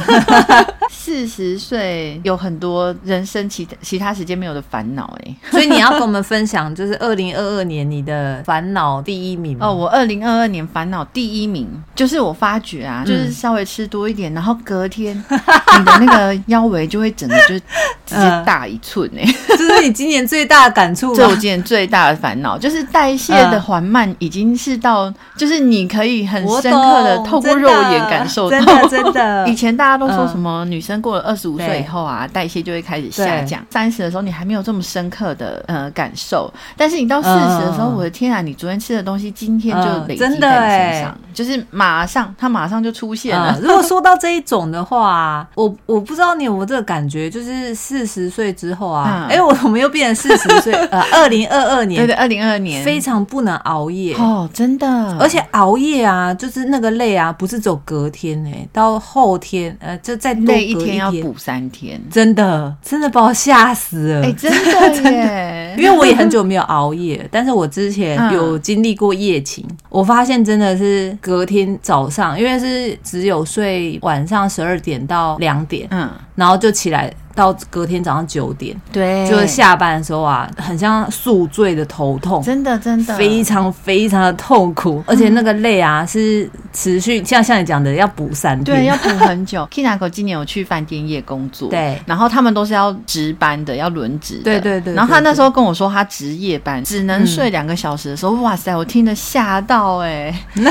[SPEAKER 1] 四十岁有很多人生其他其他时间没有的烦恼哎。
[SPEAKER 2] 所以你要跟我们分享，就是二零二二年你的烦恼第一名吗
[SPEAKER 1] 哦，，我二零二二年烦恼第一名就是我发觉
[SPEAKER 2] 嗯
[SPEAKER 1] 啊，就是稍微吃多一点，然后隔天你的那个腰围就会整个就直接
[SPEAKER 2] 嗯
[SPEAKER 1] 大一寸哎、
[SPEAKER 2] 这是你今年最大的感 触
[SPEAKER 1] 这我
[SPEAKER 2] 吗？啊
[SPEAKER 1] 今年最大的烦恼就是代谢的缓慢，已经是到就是你可以很
[SPEAKER 2] 嗯我
[SPEAKER 1] 深刻的
[SPEAKER 2] 懂
[SPEAKER 1] 透过
[SPEAKER 2] 真的
[SPEAKER 1] 肉眼感受到
[SPEAKER 2] 真。的真 的
[SPEAKER 1] 以。前大家都说
[SPEAKER 2] 嗯
[SPEAKER 1] 什么女生过了二十五岁
[SPEAKER 2] 对
[SPEAKER 1] 以后啊，代谢就会开始下降。三十的时候你还没有这么深刻的呃感受，但是你到四十的时候，
[SPEAKER 2] 嗯
[SPEAKER 1] 我的天啊，你昨天吃的东西今天就
[SPEAKER 2] 嗯
[SPEAKER 1] 累积在
[SPEAKER 2] 真的
[SPEAKER 1] 你身
[SPEAKER 2] 欸
[SPEAKER 1] 上，就是马上它马上就出现了
[SPEAKER 2] 嗯，。如果说到这一种的话，我我不知道你有没有这个感觉，就是四十岁之后啊，
[SPEAKER 1] 嗯
[SPEAKER 2] 哎、我怎么又变成四十岁？呃，二零二二
[SPEAKER 1] 对
[SPEAKER 2] 年
[SPEAKER 1] 对，二零二年
[SPEAKER 2] 非常不能熬夜，
[SPEAKER 1] 哦，真的，
[SPEAKER 2] 而且熬夜啊，就是那个累啊，不是走隔天哎、到后天呃，就再多隔
[SPEAKER 1] 累一天
[SPEAKER 2] 天
[SPEAKER 1] 要补三天。
[SPEAKER 2] 真的真的把我吓死了。
[SPEAKER 1] 哎，真的耶，
[SPEAKER 2] 因为我也很久没有熬夜，但是我之前
[SPEAKER 1] 嗯
[SPEAKER 2] 有经历过夜勤，我发现真的是隔天早上，因为是只有睡晚上十二点到两点，
[SPEAKER 1] 嗯，
[SPEAKER 2] 然后就起来到隔天早上九点，
[SPEAKER 1] 对，
[SPEAKER 2] 就是下班的时候啊，很像宿醉的头痛。
[SPEAKER 1] 真的真的嗯
[SPEAKER 2] 非常非常的痛苦，而且那个累啊是持续，像像你讲的要补三天，
[SPEAKER 1] 对，要补很久。Kinako 今年有去饭店业工作，
[SPEAKER 2] 对
[SPEAKER 1] 然后他们都是要值班的，要轮值的，
[SPEAKER 2] 对对对
[SPEAKER 1] 然后他
[SPEAKER 2] 对
[SPEAKER 1] 那
[SPEAKER 2] 对
[SPEAKER 1] 时候跟我说，他值夜班，只能睡两个小时的时
[SPEAKER 2] 嗯
[SPEAKER 1] 候，哇塞，我听得吓到 哎、那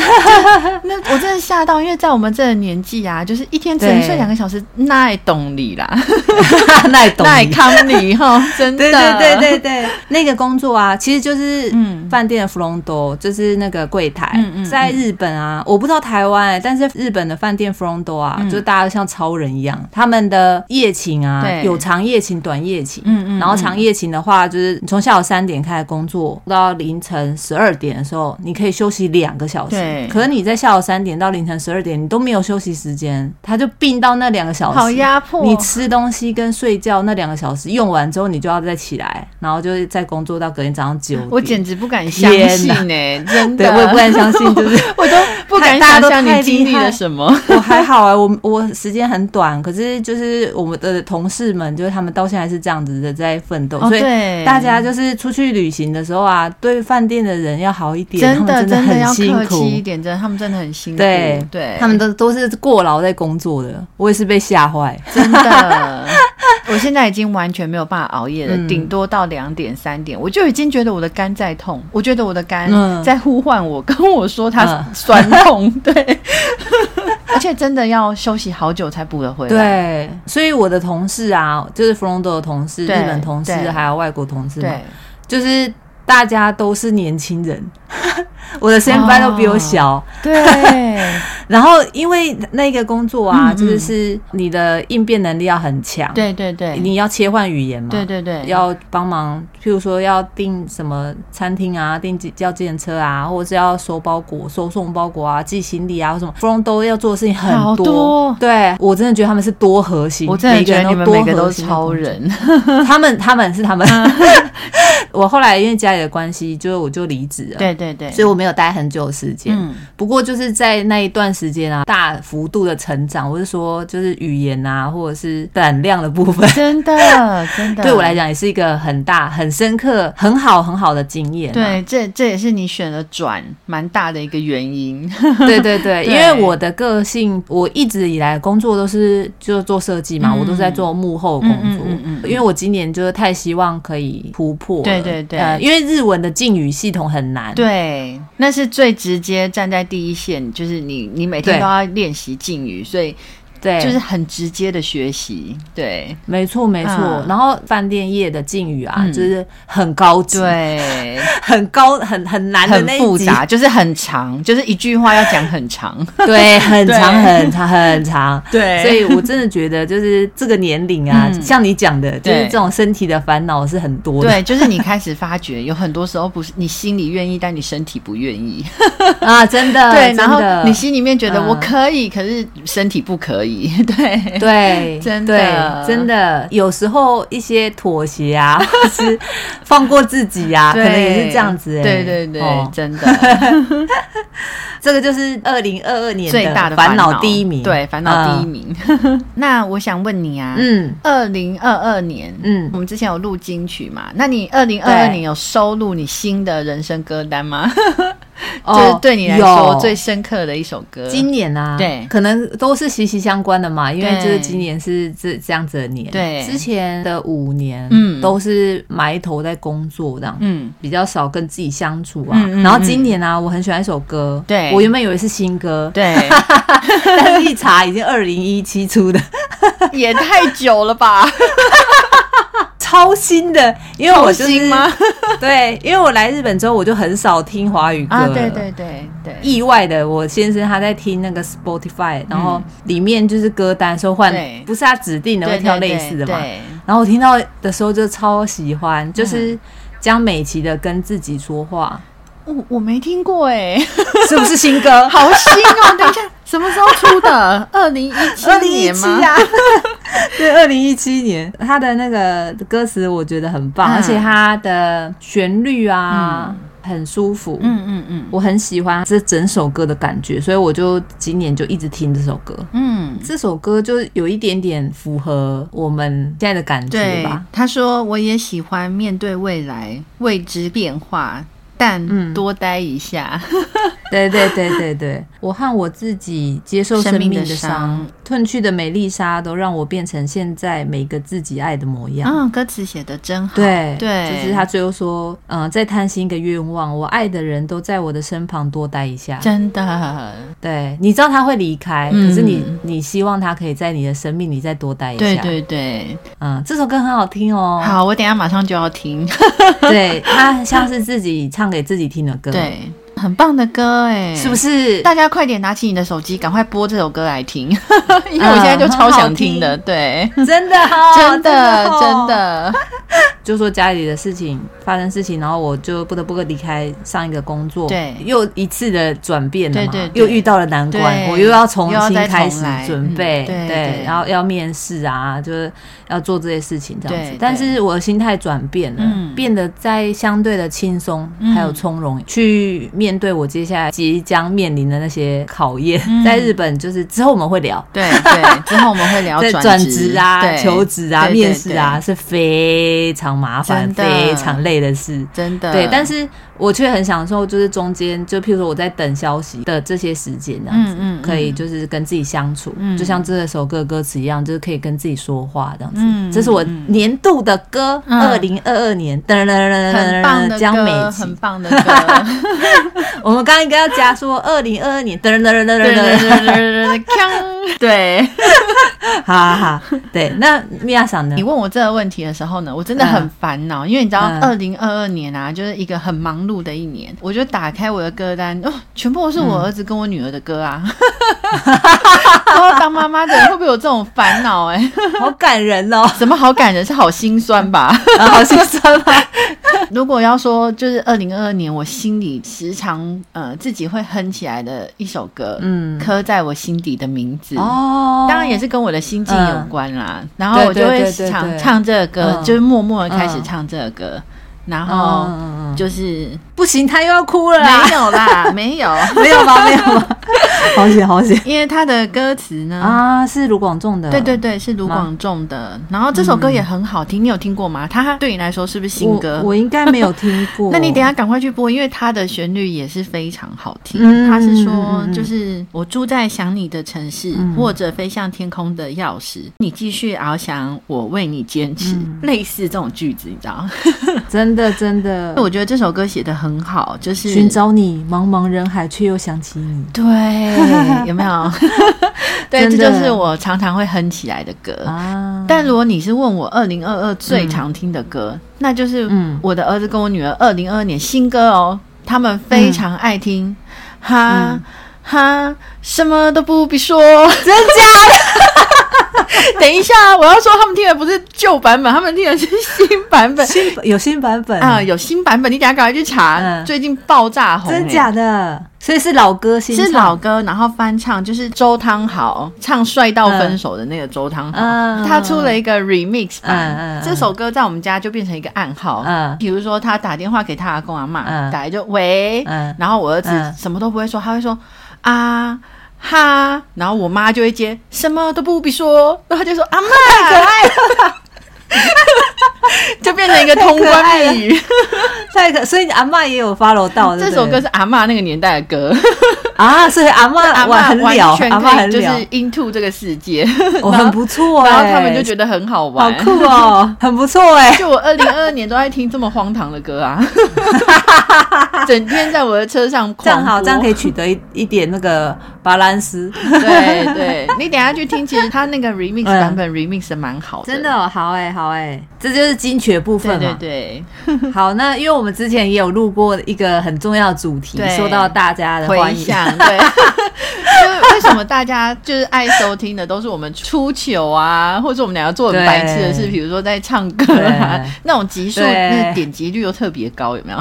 [SPEAKER 1] 那我真的吓到，因为在我们这个年纪啊，就是一天只能
[SPEAKER 2] 对
[SPEAKER 1] 睡两个小时，那也懂你啦，
[SPEAKER 2] 那也懂
[SPEAKER 1] 那也
[SPEAKER 2] 你
[SPEAKER 1] 康你 哈，真的，
[SPEAKER 2] 对对对对对，那个工作啊，其实就是
[SPEAKER 1] 嗯
[SPEAKER 2] 饭店的芙蓉多，就是那个柜台。
[SPEAKER 1] 嗯嗯
[SPEAKER 2] 在日本啊，我不知道台湾、欸，但是日本的饭店芙蓉多啊，
[SPEAKER 1] 嗯
[SPEAKER 2] 就大家像超人一样，他们的夜勤啊
[SPEAKER 1] 对，
[SPEAKER 2] 有长夜勤、短夜勤。
[SPEAKER 1] 嗯嗯
[SPEAKER 2] 然后长夜勤的话，就是你从下午三点开始工作到凌晨十二点的时候，你可以休息两个小时。
[SPEAKER 1] 对
[SPEAKER 2] 可是你在下午三点到凌晨十二点，你都没有休息时间，他就并到那两个小时。
[SPEAKER 1] 好压迫，哦
[SPEAKER 2] 你吃东西跟睡觉那两个小时用完之后，你就要再起来，然后就是再工作到隔天早上九点。
[SPEAKER 1] 我简直不敢相信哎、真
[SPEAKER 2] 对
[SPEAKER 1] 的，
[SPEAKER 2] 我也不敢相信，就是
[SPEAKER 1] 我都不不敢
[SPEAKER 2] 大家
[SPEAKER 1] 想
[SPEAKER 2] 都
[SPEAKER 1] 象
[SPEAKER 2] 太
[SPEAKER 1] 你
[SPEAKER 2] 厉
[SPEAKER 1] 经历
[SPEAKER 2] 害
[SPEAKER 1] 了什么。
[SPEAKER 2] 我还好啊、我我时间很短，可是就是我们的同事们，就是他们到现在是这样子的在奋斗，
[SPEAKER 1] 哦
[SPEAKER 2] 所以
[SPEAKER 1] 对
[SPEAKER 2] 大家就是出去旅行的时候啊，对饭店的人要好一点，
[SPEAKER 1] 真
[SPEAKER 2] 他
[SPEAKER 1] 的
[SPEAKER 2] 们
[SPEAKER 1] 的
[SPEAKER 2] 真很
[SPEAKER 1] 要
[SPEAKER 2] 辛
[SPEAKER 1] 客
[SPEAKER 2] 苦
[SPEAKER 1] 气，一点，真的他们真的很辛苦，
[SPEAKER 2] 对
[SPEAKER 1] 对，
[SPEAKER 2] 他们都都是过劳在工作的，我也是被吓坏。
[SPEAKER 1] 真的， 我现在已经完全没有办法熬夜了，
[SPEAKER 2] 嗯
[SPEAKER 1] 顶多到两点三点，我就已经觉得我的肝在痛，我觉得我的肝
[SPEAKER 2] 嗯
[SPEAKER 1] 在呼唤我，跟我说它
[SPEAKER 2] 嗯
[SPEAKER 1] 酸痛，对， 而且真的要休息好久才补得回来，
[SPEAKER 2] 对，所以我的同事啊，就是弗隆多的同事、日
[SPEAKER 1] 对
[SPEAKER 2] 本同事
[SPEAKER 1] 对
[SPEAKER 2] 还有外国同事嘛
[SPEAKER 1] 对，
[SPEAKER 2] 就是大家都是年轻人， 我的先班都比
[SPEAKER 1] 哦
[SPEAKER 2] 我小。
[SPEAKER 1] 对
[SPEAKER 2] 然后因为那个工作啊，
[SPEAKER 1] 嗯嗯
[SPEAKER 2] 就是是你的应变能力要很强，，
[SPEAKER 1] 对对对
[SPEAKER 2] 你要切换语言嘛，
[SPEAKER 1] 对对对，
[SPEAKER 2] 要帮忙，譬如说要订什么餐厅啊，订计叫计程车啊，或者是要收包裹、收送包裹啊、寄行李啊，或什么，不然都要做的事情很
[SPEAKER 1] 好多
[SPEAKER 2] 对我真的觉得他们是多核心，
[SPEAKER 1] 我真的
[SPEAKER 2] 每个
[SPEAKER 1] 觉
[SPEAKER 2] 人
[SPEAKER 1] 得你们
[SPEAKER 2] 多
[SPEAKER 1] 每个
[SPEAKER 2] 核
[SPEAKER 1] 都
[SPEAKER 2] 心的工
[SPEAKER 1] 超
[SPEAKER 2] 作
[SPEAKER 1] 人，
[SPEAKER 2] 他们他们是他们。我后来因为家里的关系，就是我就离职了，，
[SPEAKER 1] 对对对，
[SPEAKER 2] 所以我没有待很久的时间。
[SPEAKER 1] 嗯
[SPEAKER 2] 不过就是在那一段时间啊，大幅度的成长，我是说就是语言啊，或者是胆量的部分，
[SPEAKER 1] 真的真的
[SPEAKER 2] 对我来。讲也是一个很大、很深刻、很好、很好的经验、啊。
[SPEAKER 1] 对，这这也是你选的转蛮大的一个原因。
[SPEAKER 2] 对对对，
[SPEAKER 1] 对
[SPEAKER 2] 因为我的个性，我一直以来工作都是就做设计嘛，
[SPEAKER 1] 嗯
[SPEAKER 2] 我都是在做幕后工作。
[SPEAKER 1] 嗯嗯嗯嗯嗯
[SPEAKER 2] 因为我今年就是太希望可以突破了，
[SPEAKER 1] 对对对
[SPEAKER 2] 呃，因为日文的敬语系统很难。
[SPEAKER 1] 对，那是最直接站在第一线，就是你你每天
[SPEAKER 2] 对
[SPEAKER 1] 都要练习敬语，所以
[SPEAKER 2] 对，
[SPEAKER 1] 就是很直接的学习。对
[SPEAKER 2] 没错没错。
[SPEAKER 1] 嗯
[SPEAKER 2] 然后饭店业的敬语啊，
[SPEAKER 1] 嗯
[SPEAKER 2] 就是很高级，
[SPEAKER 1] 对，
[SPEAKER 2] 很高很很难的
[SPEAKER 1] 很
[SPEAKER 2] 那一
[SPEAKER 1] 复
[SPEAKER 2] 集
[SPEAKER 1] 杂，就是很长，就是一句话要讲很 长。
[SPEAKER 2] 对，很长
[SPEAKER 1] 对
[SPEAKER 2] 很长很长。
[SPEAKER 1] 对
[SPEAKER 2] 所以我真的觉得，就是这个年龄啊，
[SPEAKER 1] 嗯
[SPEAKER 2] 像你讲的，就是
[SPEAKER 1] 对
[SPEAKER 2] 这种身体的烦恼是很多的
[SPEAKER 1] 对，就是你开始发觉，有很多时候不是你心里愿意，但你身体不愿意。
[SPEAKER 2] 啊，真的，
[SPEAKER 1] 对，
[SPEAKER 2] 真
[SPEAKER 1] 然后
[SPEAKER 2] 的
[SPEAKER 1] 你心里面觉得
[SPEAKER 2] 嗯
[SPEAKER 1] 我可以，可是身体不可以。 对
[SPEAKER 2] 对，
[SPEAKER 1] 真
[SPEAKER 2] 对
[SPEAKER 1] 的
[SPEAKER 2] 真的，有时候一些妥协啊， 或是放过自己啊，可
[SPEAKER 1] 对
[SPEAKER 2] 能也是这样子、欸。
[SPEAKER 1] 对对对，
[SPEAKER 2] 哦
[SPEAKER 1] 真 的
[SPEAKER 2] 这个就是二零二二年
[SPEAKER 1] 最大的
[SPEAKER 2] 烦
[SPEAKER 1] 恼
[SPEAKER 2] 第一名，
[SPEAKER 1] 对，烦恼第一
[SPEAKER 2] 嗯。
[SPEAKER 1] 名。 那我想问你啊，
[SPEAKER 2] 嗯
[SPEAKER 1] 二零二二年，
[SPEAKER 2] 嗯
[SPEAKER 1] 我们之前有录金曲嘛？那你二零二二年有收录你新的人生歌单吗？ 就是对你来说
[SPEAKER 2] 哦有
[SPEAKER 1] 最深刻的一首歌。
[SPEAKER 2] 今年啊，
[SPEAKER 1] 对
[SPEAKER 2] 可能都是息息相关的嘛，因为
[SPEAKER 1] 对
[SPEAKER 2] 就是今年是这这样子的年，
[SPEAKER 1] 对
[SPEAKER 2] 之前的五年，
[SPEAKER 1] 嗯
[SPEAKER 2] 都是埋头在工作这样。
[SPEAKER 1] 嗯，
[SPEAKER 2] 比较少跟自己相处啊，
[SPEAKER 1] 嗯嗯
[SPEAKER 2] 然后今年啊，我很喜欢一首歌，
[SPEAKER 1] 对
[SPEAKER 2] 我原本以为是新歌，
[SPEAKER 1] 对，
[SPEAKER 2] 但是一查已经二零一七 出的，
[SPEAKER 1] 也太久了吧？
[SPEAKER 2] 超新的， 因为我就是
[SPEAKER 1] 超新吗？
[SPEAKER 2] 对，因为我来日本之后，我就很少听华语歌了
[SPEAKER 1] 啊，对对对对，
[SPEAKER 2] 意外的，我先生他在听那个 Spotify，然后里面就是歌单说换
[SPEAKER 1] 嗯对，
[SPEAKER 2] 不是他指定的会
[SPEAKER 1] 对
[SPEAKER 2] 挑类似的嘛。
[SPEAKER 1] 对
[SPEAKER 2] 然后我听到的时候就超喜欢，就是
[SPEAKER 1] 嗯
[SPEAKER 2] 江美琪的《跟自己说话
[SPEAKER 1] 对我我没听过哎，》，
[SPEAKER 2] 是不是新 歌？
[SPEAKER 1] 好新哦！等一下，什么时候出 的？二零一七年
[SPEAKER 2] 2017
[SPEAKER 1] 吗？
[SPEAKER 2] 啊， 对，二零一七年，他的那个歌词我觉得很棒，
[SPEAKER 1] 嗯
[SPEAKER 2] 而且他的旋律啊很舒服，
[SPEAKER 1] 嗯嗯嗯
[SPEAKER 2] 我很喜欢这整首歌的感觉，所以我就今年就一直听这首歌。
[SPEAKER 1] 嗯。
[SPEAKER 2] 这首歌就有一点点符合我们现在的感觉
[SPEAKER 1] 对
[SPEAKER 2] 吧，。
[SPEAKER 1] 他说我也喜欢面对未来未知变化，
[SPEAKER 2] 嗯
[SPEAKER 1] 但多待一下。
[SPEAKER 2] 对对对对对，我和我自己接受生命的伤，褪去的美丽沙，都让我变成现在每个自己爱的模样。
[SPEAKER 1] 嗯，歌词写的真好。
[SPEAKER 2] 对
[SPEAKER 1] 对
[SPEAKER 2] 就是他最后说，嗯、再贪心一个愿望，我爱的人都在我的身旁多待一下。
[SPEAKER 1] 真的，
[SPEAKER 2] 对，你知道他会离开，
[SPEAKER 1] 嗯
[SPEAKER 2] 可是你你希望他可以在你的生命里再多待一下。
[SPEAKER 1] 对，对对。
[SPEAKER 2] 嗯，这首歌很好听哦。
[SPEAKER 1] 好，我等一下马上就要听。
[SPEAKER 2] 对，它像是自己唱给自己听的歌，，
[SPEAKER 1] 对，很棒的歌哎，
[SPEAKER 2] 嗯是不？是？
[SPEAKER 1] 大家快点拿起你的手机，赶快播这首歌来听， 因为我现在就超想听的。对，
[SPEAKER 2] 啊真的、哦，
[SPEAKER 1] 真的
[SPEAKER 2] 哦
[SPEAKER 1] 真。的，
[SPEAKER 2] 就说家里的事情发生事情，然后我就不得不离开上一个工作，
[SPEAKER 1] 对
[SPEAKER 2] 又一次的转变了嘛，
[SPEAKER 1] 对对对
[SPEAKER 2] 又遇到了难关，
[SPEAKER 1] 对
[SPEAKER 2] 我又要重
[SPEAKER 1] 又要
[SPEAKER 2] 新
[SPEAKER 1] 再重
[SPEAKER 2] 开始
[SPEAKER 1] 来
[SPEAKER 2] 准
[SPEAKER 1] 嗯
[SPEAKER 2] 备，
[SPEAKER 1] 对对
[SPEAKER 2] 然后要面试啊，就是要做这些事情这样
[SPEAKER 1] 对
[SPEAKER 2] 子
[SPEAKER 1] 对。
[SPEAKER 2] 但是我的心态转变了，
[SPEAKER 1] 嗯
[SPEAKER 2] 变得在相对的轻松
[SPEAKER 1] 嗯
[SPEAKER 2] 还有从容、去面对我接下来即将面临的那些考验。
[SPEAKER 1] 嗯
[SPEAKER 2] 在日本，就是之后我们会聊。
[SPEAKER 1] 对对，之后我们会聊
[SPEAKER 2] 在
[SPEAKER 1] 转
[SPEAKER 2] 职啊、
[SPEAKER 1] 对
[SPEAKER 2] 求职啊、
[SPEAKER 1] 对对
[SPEAKER 2] 面试啊，
[SPEAKER 1] 对
[SPEAKER 2] 是非常麻烦、
[SPEAKER 1] 真的
[SPEAKER 2] 非常累的事。
[SPEAKER 1] 真的
[SPEAKER 2] 对，但是我却很享受，就是中间，就譬如说我在等消息的这些时间，这样子、
[SPEAKER 1] 嗯嗯嗯
[SPEAKER 2] 可以就是跟自己相处，
[SPEAKER 1] 嗯
[SPEAKER 2] 就像这首歌歌词一样，就是可以跟自己说话这样子。
[SPEAKER 1] 嗯
[SPEAKER 2] 这是我年度的歌，
[SPEAKER 1] 嗯
[SPEAKER 2] 二零二二年，噔噔噔噔
[SPEAKER 1] 很
[SPEAKER 2] 噔
[SPEAKER 1] 棒
[SPEAKER 2] 噔
[SPEAKER 1] 的
[SPEAKER 2] 噔，江美
[SPEAKER 1] 歌，
[SPEAKER 2] 琪
[SPEAKER 1] 很。棒的 歌。
[SPEAKER 2] 我们刚刚应该要加说二零二二年，噔噔噔噔噔
[SPEAKER 1] 对
[SPEAKER 2] 噔
[SPEAKER 1] 对
[SPEAKER 2] 噔，
[SPEAKER 1] 对对对，锵！对
[SPEAKER 2] 好好好，对，那米 娅桑呢
[SPEAKER 1] 你？问我这个问题的时候呢，我真
[SPEAKER 2] 嗯
[SPEAKER 1] 的很烦恼，因为你知道，二零二二年啊，就是一个很忙碌的一年。我就打开我的歌单，哦，全部都是
[SPEAKER 2] 嗯
[SPEAKER 1] 我儿子跟我女儿的歌 啊。然后当妈妈的会不会有这种烦恼？哎，
[SPEAKER 2] 好感人哦，
[SPEAKER 1] 什么好感人，是好心酸吧？
[SPEAKER 2] 啊好心酸啊。
[SPEAKER 1] 如果要说就是二零二二年，我心里时常呃自己会哼起来的一首歌，
[SPEAKER 2] 嗯
[SPEAKER 1] 刻在我心底的名字。
[SPEAKER 2] 哦
[SPEAKER 1] 当然也是跟我的心境有关啦。然后
[SPEAKER 2] 对
[SPEAKER 1] 我就
[SPEAKER 2] 对
[SPEAKER 1] 会
[SPEAKER 2] 对对
[SPEAKER 1] 唱
[SPEAKER 2] 对
[SPEAKER 1] 唱这个歌，
[SPEAKER 2] 嗯
[SPEAKER 1] 就是默默的开始唱这个歌，然后
[SPEAKER 2] 哦，
[SPEAKER 1] 就是、
[SPEAKER 2] 不行，他又要哭了啊
[SPEAKER 1] 没有啦，没 有，
[SPEAKER 2] 没有吧？没有吧？ 好险，好险
[SPEAKER 1] 因为他的歌词呢。
[SPEAKER 2] 啊！是卢广仲的，
[SPEAKER 1] 对对对，是卢广仲的，然后这首歌也很好听，你有听过吗？它对你来说是不是新歌
[SPEAKER 2] 嗯我？我应该没有听 过。
[SPEAKER 1] 那你等一下赶快去播，因为它的旋律也是非常好听。
[SPEAKER 2] 嗯
[SPEAKER 1] 它是说
[SPEAKER 2] 嗯，嗯
[SPEAKER 1] 就是我住在想你的城市，
[SPEAKER 2] 嗯
[SPEAKER 1] 握着飞向天空的钥匙，你继续翱翔，我为你坚持。
[SPEAKER 2] 嗯
[SPEAKER 1] 类似这种句子，你知道？
[SPEAKER 2] 真的真的，
[SPEAKER 1] 我觉得这首歌写的很好，就是
[SPEAKER 2] 寻找你，茫茫人海却又想起你。
[SPEAKER 1] 对，有没有？ 对，这
[SPEAKER 2] 真的
[SPEAKER 1] 就是我常常会哼起来的歌。
[SPEAKER 2] 啊！
[SPEAKER 1] 但如果你是问我二零二二最常听的歌，那就是
[SPEAKER 2] 嗯
[SPEAKER 1] 我的儿子跟我女儿二零二二年新歌哦，他们非常爱听，
[SPEAKER 2] 嗯
[SPEAKER 1] 哈、哈，什么都不必说，真假的？ 等一下，我要说他们听的不是旧版本，他们听的是新版本
[SPEAKER 2] 新有新版本
[SPEAKER 1] 啊，，有新版本，你等一下赶快去查，
[SPEAKER 2] 嗯
[SPEAKER 1] 最近爆炸红、
[SPEAKER 2] 真假
[SPEAKER 1] 欸
[SPEAKER 2] 的？所以是老歌新
[SPEAKER 1] 是
[SPEAKER 2] 唱
[SPEAKER 1] 老歌，然后翻唱，就是周汤豪唱《帅到分手》的那个周汤豪，
[SPEAKER 2] 嗯
[SPEAKER 1] 他出了一个 remix 版，
[SPEAKER 2] 嗯嗯嗯
[SPEAKER 1] 这首歌在我们家就变成一个暗号。
[SPEAKER 2] 嗯
[SPEAKER 1] 比如说他打电话给他阿公阿妈，
[SPEAKER 2] 嗯
[SPEAKER 1] 打来就喂，
[SPEAKER 2] 嗯
[SPEAKER 1] 然后我儿子
[SPEAKER 2] 嗯
[SPEAKER 1] 什么都不会说，他会说啊。哈，然后我妈就会接，什么都不必说，然后他就说阿妈，可爱了，就变成一个通
[SPEAKER 2] 太可爱
[SPEAKER 1] 关
[SPEAKER 2] 了
[SPEAKER 1] 密语。
[SPEAKER 2] 太可，所以你阿嬷也有 follow 到
[SPEAKER 1] 这首歌是阿妈那个年代的歌。
[SPEAKER 2] 啊，所以阿嬷
[SPEAKER 1] 阿
[SPEAKER 2] 我
[SPEAKER 1] 妈
[SPEAKER 2] 很了，
[SPEAKER 1] 全
[SPEAKER 2] 阿嬷
[SPEAKER 1] 可以
[SPEAKER 2] 很
[SPEAKER 1] 就是
[SPEAKER 2] 了，
[SPEAKER 1] into 这个世界，
[SPEAKER 2] 我哦很不 错
[SPEAKER 1] 然后
[SPEAKER 2] 哎
[SPEAKER 1] 他们就觉得很好
[SPEAKER 2] 好
[SPEAKER 1] 玩。
[SPEAKER 2] 酷哦， 很不错哎。
[SPEAKER 1] 就我二零二二年都在听这么荒唐的歌啊， 整天在我的车上
[SPEAKER 2] 这
[SPEAKER 1] 狂
[SPEAKER 2] 样好，
[SPEAKER 1] 播
[SPEAKER 2] 这样可以取得一一点那个巴兰斯，
[SPEAKER 1] 对对，你等一下去听，其实他那个 remix
[SPEAKER 2] 嗯
[SPEAKER 1] 版本 remix 的蛮好
[SPEAKER 2] 真的
[SPEAKER 1] 的。
[SPEAKER 2] 哦、好哎、好哎、这就是金曲的部分
[SPEAKER 1] 对对
[SPEAKER 2] 嘛。
[SPEAKER 1] 对，
[SPEAKER 2] 好，那因为我们之前也有录过一个很重要的主题
[SPEAKER 1] 对，
[SPEAKER 2] 受到大家的
[SPEAKER 1] 回
[SPEAKER 2] 欢迎。
[SPEAKER 1] 想对， 就是为什么大家就是爱收听的都是我们出糗啊，或者我们两个做很白痴的事，
[SPEAKER 2] 对
[SPEAKER 1] 比如说在唱歌啊
[SPEAKER 2] 对，
[SPEAKER 1] 那种集数
[SPEAKER 2] 对
[SPEAKER 1] 那点击率又特别高，有没 有？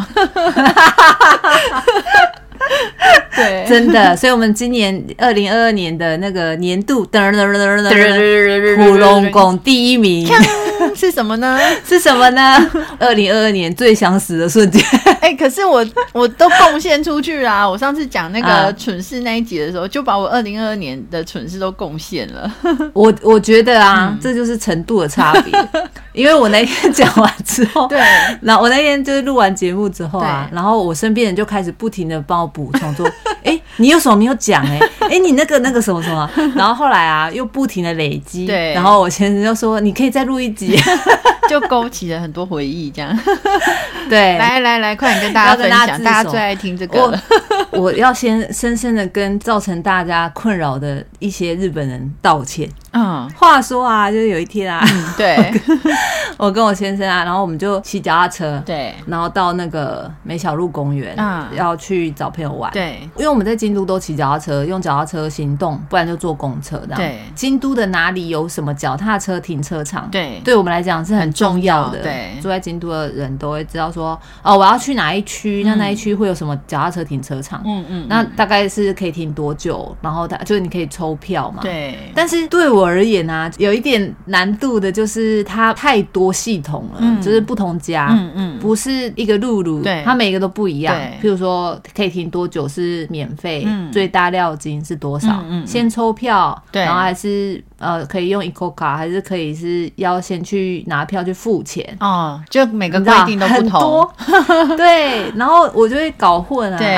[SPEAKER 1] 对，
[SPEAKER 2] 真的，所以我们今年二零二二年的那个年度噔噔噔噔噔噔，普龙拱第一名
[SPEAKER 1] 是什么呢？
[SPEAKER 2] 是什么呢？二零二二年最想死的瞬间，
[SPEAKER 1] 哎、可是我我都贡献出去啦、 我上次讲那个
[SPEAKER 2] 啊
[SPEAKER 1] 蠢事那一集的时候，就把我二零二二年的蠢事都贡献了。
[SPEAKER 2] 我我觉得啊，
[SPEAKER 1] 嗯
[SPEAKER 2] 这就是程度的差 别。因为我那天讲完之后，
[SPEAKER 1] 对，
[SPEAKER 2] 然后我那天就是录完节目之后啊，
[SPEAKER 1] 对
[SPEAKER 2] 然后我身边人就开始不停的帮我补充说， 哎、你有什么没有讲、欸？哎，哎，你那个那个什么什么， 然后后来啊，又不停的累积，
[SPEAKER 1] 对
[SPEAKER 2] 然后我先生就说，你可以再录一 集，
[SPEAKER 1] 就勾起了很多回忆，这样。
[SPEAKER 2] 对，
[SPEAKER 1] 来来来，快点跟大家
[SPEAKER 2] 哎要
[SPEAKER 1] 分
[SPEAKER 2] 跟大家
[SPEAKER 1] 享，
[SPEAKER 2] 自
[SPEAKER 1] 大家
[SPEAKER 2] 首
[SPEAKER 1] 最爱听这个
[SPEAKER 2] 我
[SPEAKER 1] 了。
[SPEAKER 2] 我要先深深的跟造成大家困扰的一些日本人道歉，
[SPEAKER 1] 嗯，
[SPEAKER 2] 话说啊，就是有一天啊，
[SPEAKER 1] 对
[SPEAKER 2] 我跟我先生啊，然后我们就骑脚踏车，，
[SPEAKER 1] 对
[SPEAKER 2] 然后到那个美小路公园，
[SPEAKER 1] 啊
[SPEAKER 2] 要去找朋友玩，。
[SPEAKER 1] 对，
[SPEAKER 2] 因为我们在京都都骑脚踏车，用脚踏车行动，不然就坐公车这样。
[SPEAKER 1] 对
[SPEAKER 2] 京都的哪里有什么脚踏车停车场？
[SPEAKER 1] 对
[SPEAKER 2] 对我们来讲是很重要的。
[SPEAKER 1] 很重要对
[SPEAKER 2] 住在京都的人都会知道说，哦，我要去哪一区，那那一区会有什么脚踏车停车场？
[SPEAKER 1] 嗯嗯，
[SPEAKER 2] 那大概是可以停多久？然后它就是你可以抽票嘛。。
[SPEAKER 1] 对，
[SPEAKER 2] 但是对我而言啊，有一点难度的就是它太多系统了，
[SPEAKER 1] 嗯
[SPEAKER 2] 就是不同家，
[SPEAKER 1] 嗯嗯，
[SPEAKER 2] 不是一个露露，
[SPEAKER 1] 对
[SPEAKER 2] 它每个都不一样。譬
[SPEAKER 1] 对
[SPEAKER 2] 如说，可以停多久是免费，
[SPEAKER 1] 嗯
[SPEAKER 2] 最大料金是多少？
[SPEAKER 1] 嗯嗯嗯
[SPEAKER 2] 先抽票，
[SPEAKER 1] 对
[SPEAKER 2] 然后还是呃可以用 eco 卡，还是可以是要先去拿票去付钱。
[SPEAKER 1] 哦，就每个
[SPEAKER 2] 你
[SPEAKER 1] 规
[SPEAKER 2] 知道
[SPEAKER 1] 定都不
[SPEAKER 2] 很
[SPEAKER 1] 同，
[SPEAKER 2] 多，对，然后我就会搞混 啊，
[SPEAKER 1] 对，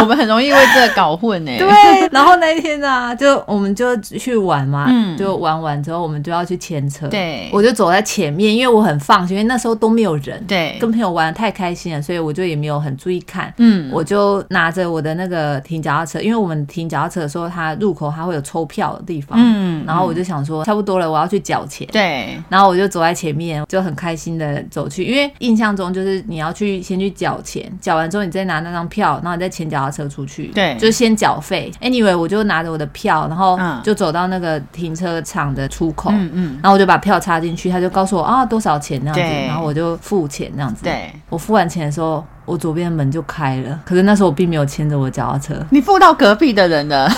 [SPEAKER 1] 我们很容易为这个搞混哎，
[SPEAKER 2] 对， 然后那一天呢、就我们就去玩嘛，
[SPEAKER 1] 嗯
[SPEAKER 2] 就玩完之后，我们就要去牵车，
[SPEAKER 1] 对
[SPEAKER 2] 我就走在前面，因为我很放心，因为那时候都没有人，
[SPEAKER 1] 对
[SPEAKER 2] 跟朋友玩得太开心了，所以我就也没有很注意看，
[SPEAKER 1] 嗯，
[SPEAKER 2] 我就拿着我的那个停脚踏车，因为我们停脚踏车的时候，它入口它会有抽票的地方，
[SPEAKER 1] 嗯
[SPEAKER 2] 然后我就想说差不多了，我要去缴钱。
[SPEAKER 1] 对
[SPEAKER 2] 然后我就走在前面，就很开心的走去，因为印象中就是你要去先去缴钱，缴完之后你再拿那张票，然后你再牵脚踏车出去，
[SPEAKER 1] 对
[SPEAKER 2] 就是先缴费。Anyway，我就拿着我的票，然后
[SPEAKER 1] 嗯
[SPEAKER 2] 就走到那个停车场的出口，
[SPEAKER 1] 嗯嗯
[SPEAKER 2] 然后我就把票插进去，他就告诉我啊多少钱那样子，
[SPEAKER 1] 对
[SPEAKER 2] 然后我就付钱那样子。
[SPEAKER 1] 对，
[SPEAKER 2] 我付完钱的时候，我左边的门就开了，可是那时候我并没有牵着我脚踏车，
[SPEAKER 1] 你付到隔壁的人了，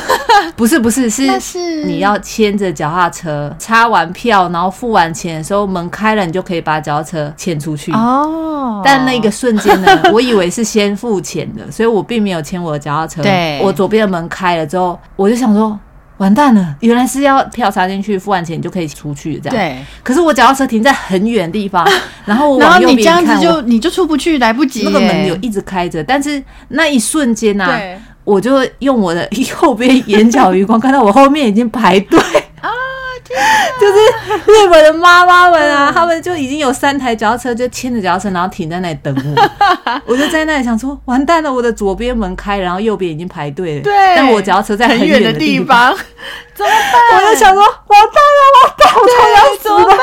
[SPEAKER 2] 不是不是是。
[SPEAKER 1] 但是
[SPEAKER 2] 你要牵着脚踏车，插完票，然后付完钱的时候，门开了，你就可以把脚踏车牵出去。
[SPEAKER 1] 哦，
[SPEAKER 2] 但那个瞬间 呢，我以为是先付钱的，所以我并没有牵我的脚踏车。
[SPEAKER 1] 对
[SPEAKER 2] 我左边的门开了之后，我就想说，完蛋了，原来是要票插进去，付完钱你就可以出去这样。。
[SPEAKER 1] 对，
[SPEAKER 2] 可是我脚踏车停在很远的 地方，然后我
[SPEAKER 1] 然
[SPEAKER 2] 往
[SPEAKER 1] 后
[SPEAKER 2] 右
[SPEAKER 1] 你这
[SPEAKER 2] 边
[SPEAKER 1] 样
[SPEAKER 2] 看，
[SPEAKER 1] 子
[SPEAKER 2] 我
[SPEAKER 1] 就你就出不去，来不及
[SPEAKER 2] 那个门
[SPEAKER 1] 耶
[SPEAKER 2] 有一直开着，但是那一瞬间呐、啊，
[SPEAKER 1] 对。
[SPEAKER 2] 我就用我的右边眼角余光看到我后面已经排 队。啊，就是日本的妈妈们啊，他们就已经有三台脚踏车，就牵着脚踏车，然后停在那里等 我。我就在那里想说，完蛋了，我的左边门开，然后右边已经排队了。
[SPEAKER 1] 对
[SPEAKER 2] 但我脚踏车在
[SPEAKER 1] 很
[SPEAKER 2] 远
[SPEAKER 1] 远的
[SPEAKER 2] 地
[SPEAKER 1] 地，方，怎 么办？
[SPEAKER 2] 我就想说，完蛋了，完蛋了，我快 要
[SPEAKER 1] 对，怎么办？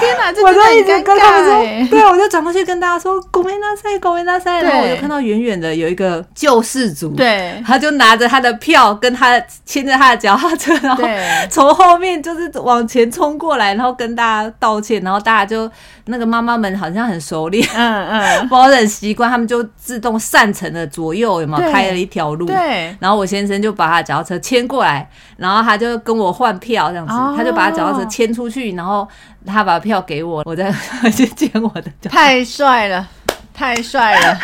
[SPEAKER 1] 天哪，这真
[SPEAKER 2] 我就
[SPEAKER 1] 的很
[SPEAKER 2] 一直
[SPEAKER 1] 尴
[SPEAKER 2] 跟他们
[SPEAKER 1] 尬
[SPEAKER 2] 说，
[SPEAKER 1] 欸。
[SPEAKER 2] 对，我就转过去跟大家说“狗没那塞，狗没那塞”，然后我
[SPEAKER 1] 对
[SPEAKER 2] 就看到远远的有一个救世主，，
[SPEAKER 1] 对
[SPEAKER 2] 他就拿着他的票跟他牵着他的脚踏车，然后
[SPEAKER 1] 对
[SPEAKER 2] 从后面就是往前冲过来，然后跟大家道歉，然后大家就那个妈妈们好像很熟练，
[SPEAKER 1] 嗯嗯，
[SPEAKER 2] 包人习惯，他们就自动散成了左右，有没有
[SPEAKER 1] 对
[SPEAKER 2] 开了一条路？
[SPEAKER 1] 对
[SPEAKER 2] 然后我先生就把他脚踏车牵过来，然后他就跟我换票这样子，
[SPEAKER 1] 哦
[SPEAKER 2] 他就把他脚踏车牵出去，然后他把票给我，我再 回去捡我的脚。
[SPEAKER 1] 太帅了，太帅 了！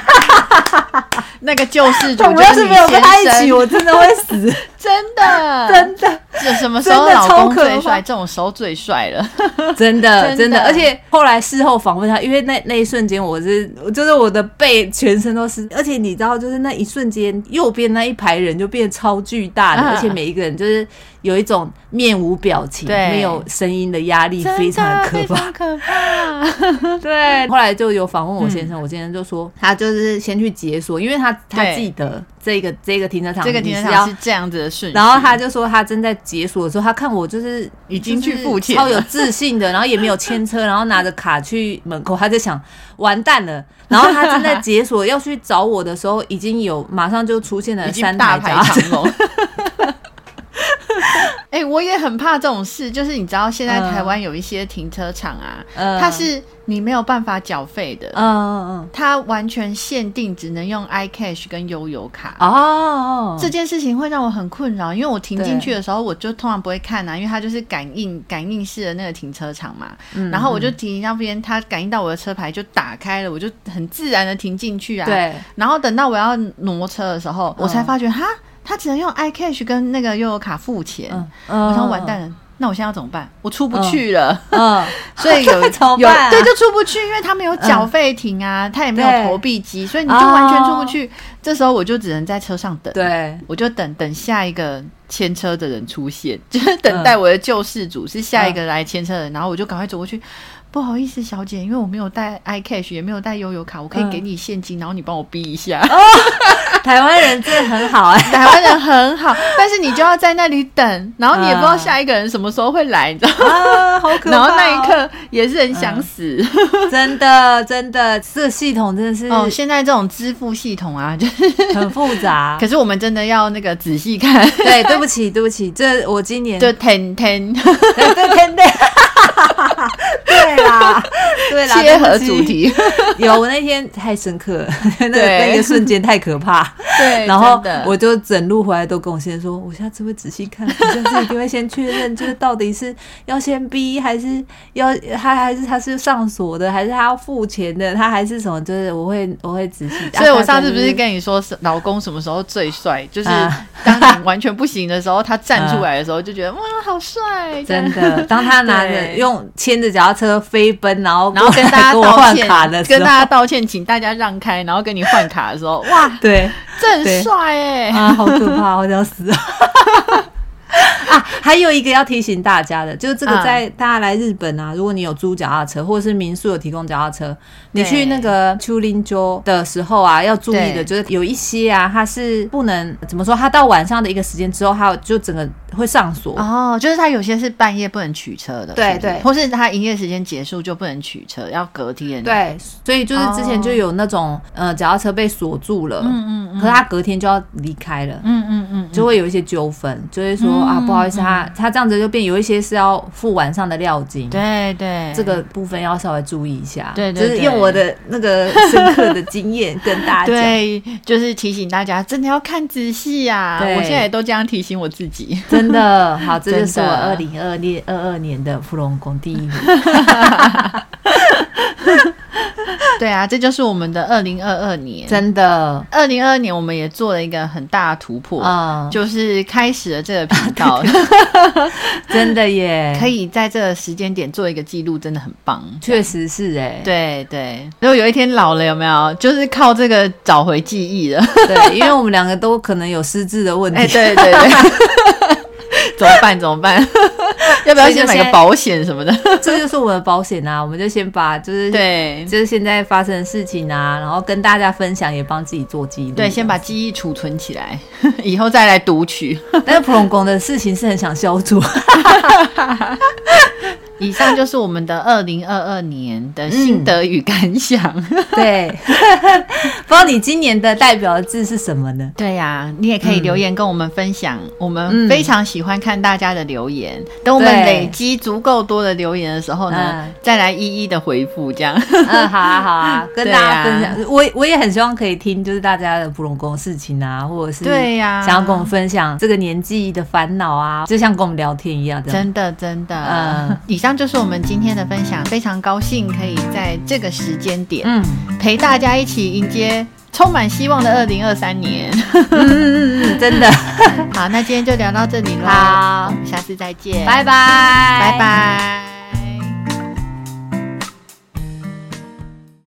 [SPEAKER 1] 那个救世主
[SPEAKER 2] 我
[SPEAKER 1] 就
[SPEAKER 2] 要
[SPEAKER 1] 是
[SPEAKER 2] 是
[SPEAKER 1] 你
[SPEAKER 2] 没有跟他一
[SPEAKER 1] 先生
[SPEAKER 2] 起，我真的会死，
[SPEAKER 1] 真的
[SPEAKER 2] 真的，
[SPEAKER 1] 这什么时候
[SPEAKER 2] 真的
[SPEAKER 1] 老
[SPEAKER 2] 超
[SPEAKER 1] 公
[SPEAKER 2] 可
[SPEAKER 1] 最
[SPEAKER 2] 怕
[SPEAKER 1] 帅？这种时候最帅了。
[SPEAKER 2] 真的，
[SPEAKER 1] 真的
[SPEAKER 2] 真的。而且后来事后访问他，因为那那一瞬间我是，就是我的背全身都是，而且你知道，就是那一瞬间，右边那一排人就变超巨大的，
[SPEAKER 1] 嗯
[SPEAKER 2] 而且每一个人就是有一种面无表情、
[SPEAKER 1] 对
[SPEAKER 2] 没有声音的压力，非常可
[SPEAKER 1] 真的非
[SPEAKER 2] 怕。
[SPEAKER 1] 常可怕。
[SPEAKER 2] 对， 后来就有访问我先生，我先生就说他就是先去解锁，因为他他
[SPEAKER 1] 嗯对
[SPEAKER 2] 记得这个这个停车场
[SPEAKER 1] 这个
[SPEAKER 2] 你
[SPEAKER 1] 停
[SPEAKER 2] 是
[SPEAKER 1] 车
[SPEAKER 2] 要
[SPEAKER 1] 场是这样子的顺序，
[SPEAKER 2] 然后他就说他正在解锁的时候，他看我就是
[SPEAKER 1] 已经去付钱
[SPEAKER 2] 就是超
[SPEAKER 1] 了
[SPEAKER 2] 有自信的，然后也没有牵车，然后拿着卡去门口，他就想完蛋了。然后他正在解锁要去找我的时候，已经有马上就出现
[SPEAKER 1] 已
[SPEAKER 2] 了
[SPEAKER 1] 经
[SPEAKER 2] 三
[SPEAKER 1] 大
[SPEAKER 2] 台
[SPEAKER 1] 排
[SPEAKER 2] 脚踏车
[SPEAKER 1] 长龙。 哎、我也很怕这种事，就是你知道现在
[SPEAKER 2] 嗯
[SPEAKER 1] 台湾有一些停车场啊，
[SPEAKER 2] 嗯
[SPEAKER 1] 它是你没有办法缴费的，
[SPEAKER 2] 嗯嗯
[SPEAKER 1] 它完全限定只能用 iCash 跟悠游卡。
[SPEAKER 2] 嗯哦，
[SPEAKER 1] 这件事情会让我很困扰，因为我停进
[SPEAKER 2] 对
[SPEAKER 1] 去的时候，我就通常不会看啊，因为它就是感应感应式的那个停车场嘛。
[SPEAKER 2] 嗯
[SPEAKER 1] 然后我就停那边，它感应到我的车牌就打开了，我就很自然的停进去啊。。
[SPEAKER 2] 哦对
[SPEAKER 1] 然后等到我要挪车的时候，
[SPEAKER 2] 嗯
[SPEAKER 1] 我才发觉哈，他只能用 iCash 跟那个悠游卡付钱，
[SPEAKER 2] 嗯，
[SPEAKER 1] 我
[SPEAKER 2] 嗯
[SPEAKER 1] 想完蛋，了，那我现在要怎么办？我出不去了。
[SPEAKER 2] 嗯，
[SPEAKER 1] 所以有
[SPEAKER 2] 怎么
[SPEAKER 1] 有
[SPEAKER 2] 办啊嗯
[SPEAKER 1] 对，就出不去，因为他没有缴费亭啊，他也没有
[SPEAKER 2] 对哦
[SPEAKER 1] 投币机，所以你就完全出不去。这时候我就只能在车上等，
[SPEAKER 2] 对，
[SPEAKER 1] 我就等等下一个牵车的人出现，
[SPEAKER 2] 嗯
[SPEAKER 1] 就是等待我的救世主、是下一个来牵车的人，然后我就赶快走过去。不好意思，小姐，因为我没有带 iCash，也没有带悠游卡，我可以
[SPEAKER 2] 嗯
[SPEAKER 1] 给你现金，然后你帮我逼一下。
[SPEAKER 2] 台湾人真的很好 哎、
[SPEAKER 1] 台湾人很好，但是你就要在那里等，然后你也不知道下一个人什么时候会来，你知道吗？
[SPEAKER 2] 啊，好 可怕、
[SPEAKER 1] 然后那一，刻也是很想死。
[SPEAKER 2] 真的真的，这个系统真的是
[SPEAKER 1] 哦，现在这种支付系统啊，就是，
[SPEAKER 2] 很复 杂
[SPEAKER 1] 可。是我们真的要那个仔细 看，
[SPEAKER 2] 对，对不起，对不起，这我今年
[SPEAKER 1] 就天天
[SPEAKER 2] 对对对对，对啦，对啦，
[SPEAKER 1] 切合
[SPEAKER 2] 对不起
[SPEAKER 1] 主。题，
[SPEAKER 2] 有，我那天太深刻了， 那个
[SPEAKER 1] 对
[SPEAKER 2] 那个瞬间太可怕。
[SPEAKER 1] 对，
[SPEAKER 2] 然后
[SPEAKER 1] 真的
[SPEAKER 2] 我就整路回来都跟我先生说，我下次会仔细看， 我下次一定会先确认，就是到底是要先逼，还是要他还是他是上锁的，还是他要付钱的，他还是什么？就是我会我会仔细。
[SPEAKER 1] 所以
[SPEAKER 2] 啊
[SPEAKER 1] 我上次不是
[SPEAKER 2] 他可能
[SPEAKER 1] 跟你说，是老公什么时候最帅？就是
[SPEAKER 2] 啊
[SPEAKER 1] 当你完全不行的时候，他站出来的时候，就觉得哇，好帅！这样
[SPEAKER 2] 真，的，当他拿着
[SPEAKER 1] 对
[SPEAKER 2] 用牵着脚踏车飞奔，然后
[SPEAKER 1] 然后跟大家
[SPEAKER 2] 跟我换
[SPEAKER 1] 道歉
[SPEAKER 2] 卡的，时
[SPEAKER 1] 跟
[SPEAKER 2] 候
[SPEAKER 1] 大，家道歉，请大家让开，然后跟你换卡的 时候，哇，
[SPEAKER 2] 对
[SPEAKER 1] 这
[SPEAKER 2] 对
[SPEAKER 1] 很帅哎！
[SPEAKER 2] 啊，好可怕，我要死了。 啊，还有一个要提醒大家的，就是这个
[SPEAKER 1] 嗯
[SPEAKER 2] 在大家来日本啊，如果你有租脚踏车，或者是民宿有提供脚踏车，你
[SPEAKER 1] 对
[SPEAKER 2] 去那个丘陵州的时候啊，要注意的
[SPEAKER 1] 对
[SPEAKER 2] 就是有一些啊，它是不能怎么说，它到晚上的一个时间之后，它就整个会上锁。
[SPEAKER 1] 哦，就是他有些是半夜不能取车的，
[SPEAKER 2] 对
[SPEAKER 1] 是不是
[SPEAKER 2] 对
[SPEAKER 1] 或是他营业时间结束就不能取车，要隔天。，
[SPEAKER 2] 对，所以就是之前就有那
[SPEAKER 1] 哦
[SPEAKER 2] 种、呃脚踏车被锁住了，嗯嗯可是他隔天就要离开了，
[SPEAKER 1] 嗯嗯嗯，
[SPEAKER 2] 就会有一些纠纷，就会说、啊不好意思，他他这样子就变有一些是要付晚上的料金，
[SPEAKER 1] 对对，
[SPEAKER 2] 这个部分要稍微注意一下，
[SPEAKER 1] 对对
[SPEAKER 2] 就是
[SPEAKER 1] 对
[SPEAKER 2] 用我的那个深刻的经验跟大家讲。
[SPEAKER 1] 对，就是提醒大家真的要看仔细呀、
[SPEAKER 2] 对
[SPEAKER 1] 我现在也都这样提醒我自己。
[SPEAKER 2] 真的好，这就是我
[SPEAKER 1] 真
[SPEAKER 2] 二
[SPEAKER 1] 的
[SPEAKER 2] 零二零二二年的芙蓉宫 第一名。
[SPEAKER 1] 对啊，这就是我们的二零二二年。
[SPEAKER 2] 真的，
[SPEAKER 1] 二零二二年，我们也做了一个很大的突破，
[SPEAKER 2] 嗯，
[SPEAKER 1] 就是开始了这个频 道，
[SPEAKER 2] 真的耶，
[SPEAKER 1] 可，以在这个时间点做一个记录，真的很棒。
[SPEAKER 2] 确实是哎，
[SPEAKER 1] 对对，如果有一天老了，有没有就是靠这个找回记忆了？
[SPEAKER 2] 对，因为我们两个都可能有失智的问
[SPEAKER 1] 哎，
[SPEAKER 2] 题，
[SPEAKER 1] 对对对， 怎么办？怎么 办？要不要先买个保险什么的？
[SPEAKER 2] 这就是我们的保险啊，我们就先把就是
[SPEAKER 1] 对
[SPEAKER 2] 就是现在发生的事情啊，然后跟大家分享，也帮自己做记录。
[SPEAKER 1] 对，先把记忆储存起来， 以后再来读取。
[SPEAKER 2] 但是普龙宫的事情是很想消除，
[SPEAKER 1] 以上就是我们的二零二二年的心得与感想。
[SPEAKER 2] 对。 不知道你今年的代表字是什么呢？
[SPEAKER 1] 对呀、你也可以留言跟我们分享，我们
[SPEAKER 2] 嗯
[SPEAKER 1] 非常喜欢看大家的留言。等我们
[SPEAKER 2] 对
[SPEAKER 1] 累积足够多的留言的时候呢，
[SPEAKER 2] 嗯
[SPEAKER 1] 再来一一的回复。这样，
[SPEAKER 2] 嗯，好 啊，好啊， 跟
[SPEAKER 1] 对
[SPEAKER 2] 大
[SPEAKER 1] 啊
[SPEAKER 2] 家分享。我我也很希望可以听，就是大家的普龙宫的事情啊，或者是
[SPEAKER 1] 对呀
[SPEAKER 2] 想要跟我们分享这个年纪的烦恼啊，就像跟我们聊天一样，这样。
[SPEAKER 1] 真的真的。
[SPEAKER 2] 嗯
[SPEAKER 1] 以上就是我们今天的分享，非常高兴可以在这个时间点、
[SPEAKER 2] 嗯
[SPEAKER 1] 陪大家一起迎接充满希望的二零二三年。
[SPEAKER 2] 嗯嗯嗯，真的，
[SPEAKER 1] 好，那今天就聊到这里啦，
[SPEAKER 2] 好
[SPEAKER 1] 我，们下次再见，
[SPEAKER 2] 拜拜，
[SPEAKER 1] 拜
[SPEAKER 2] 拜
[SPEAKER 1] 拜。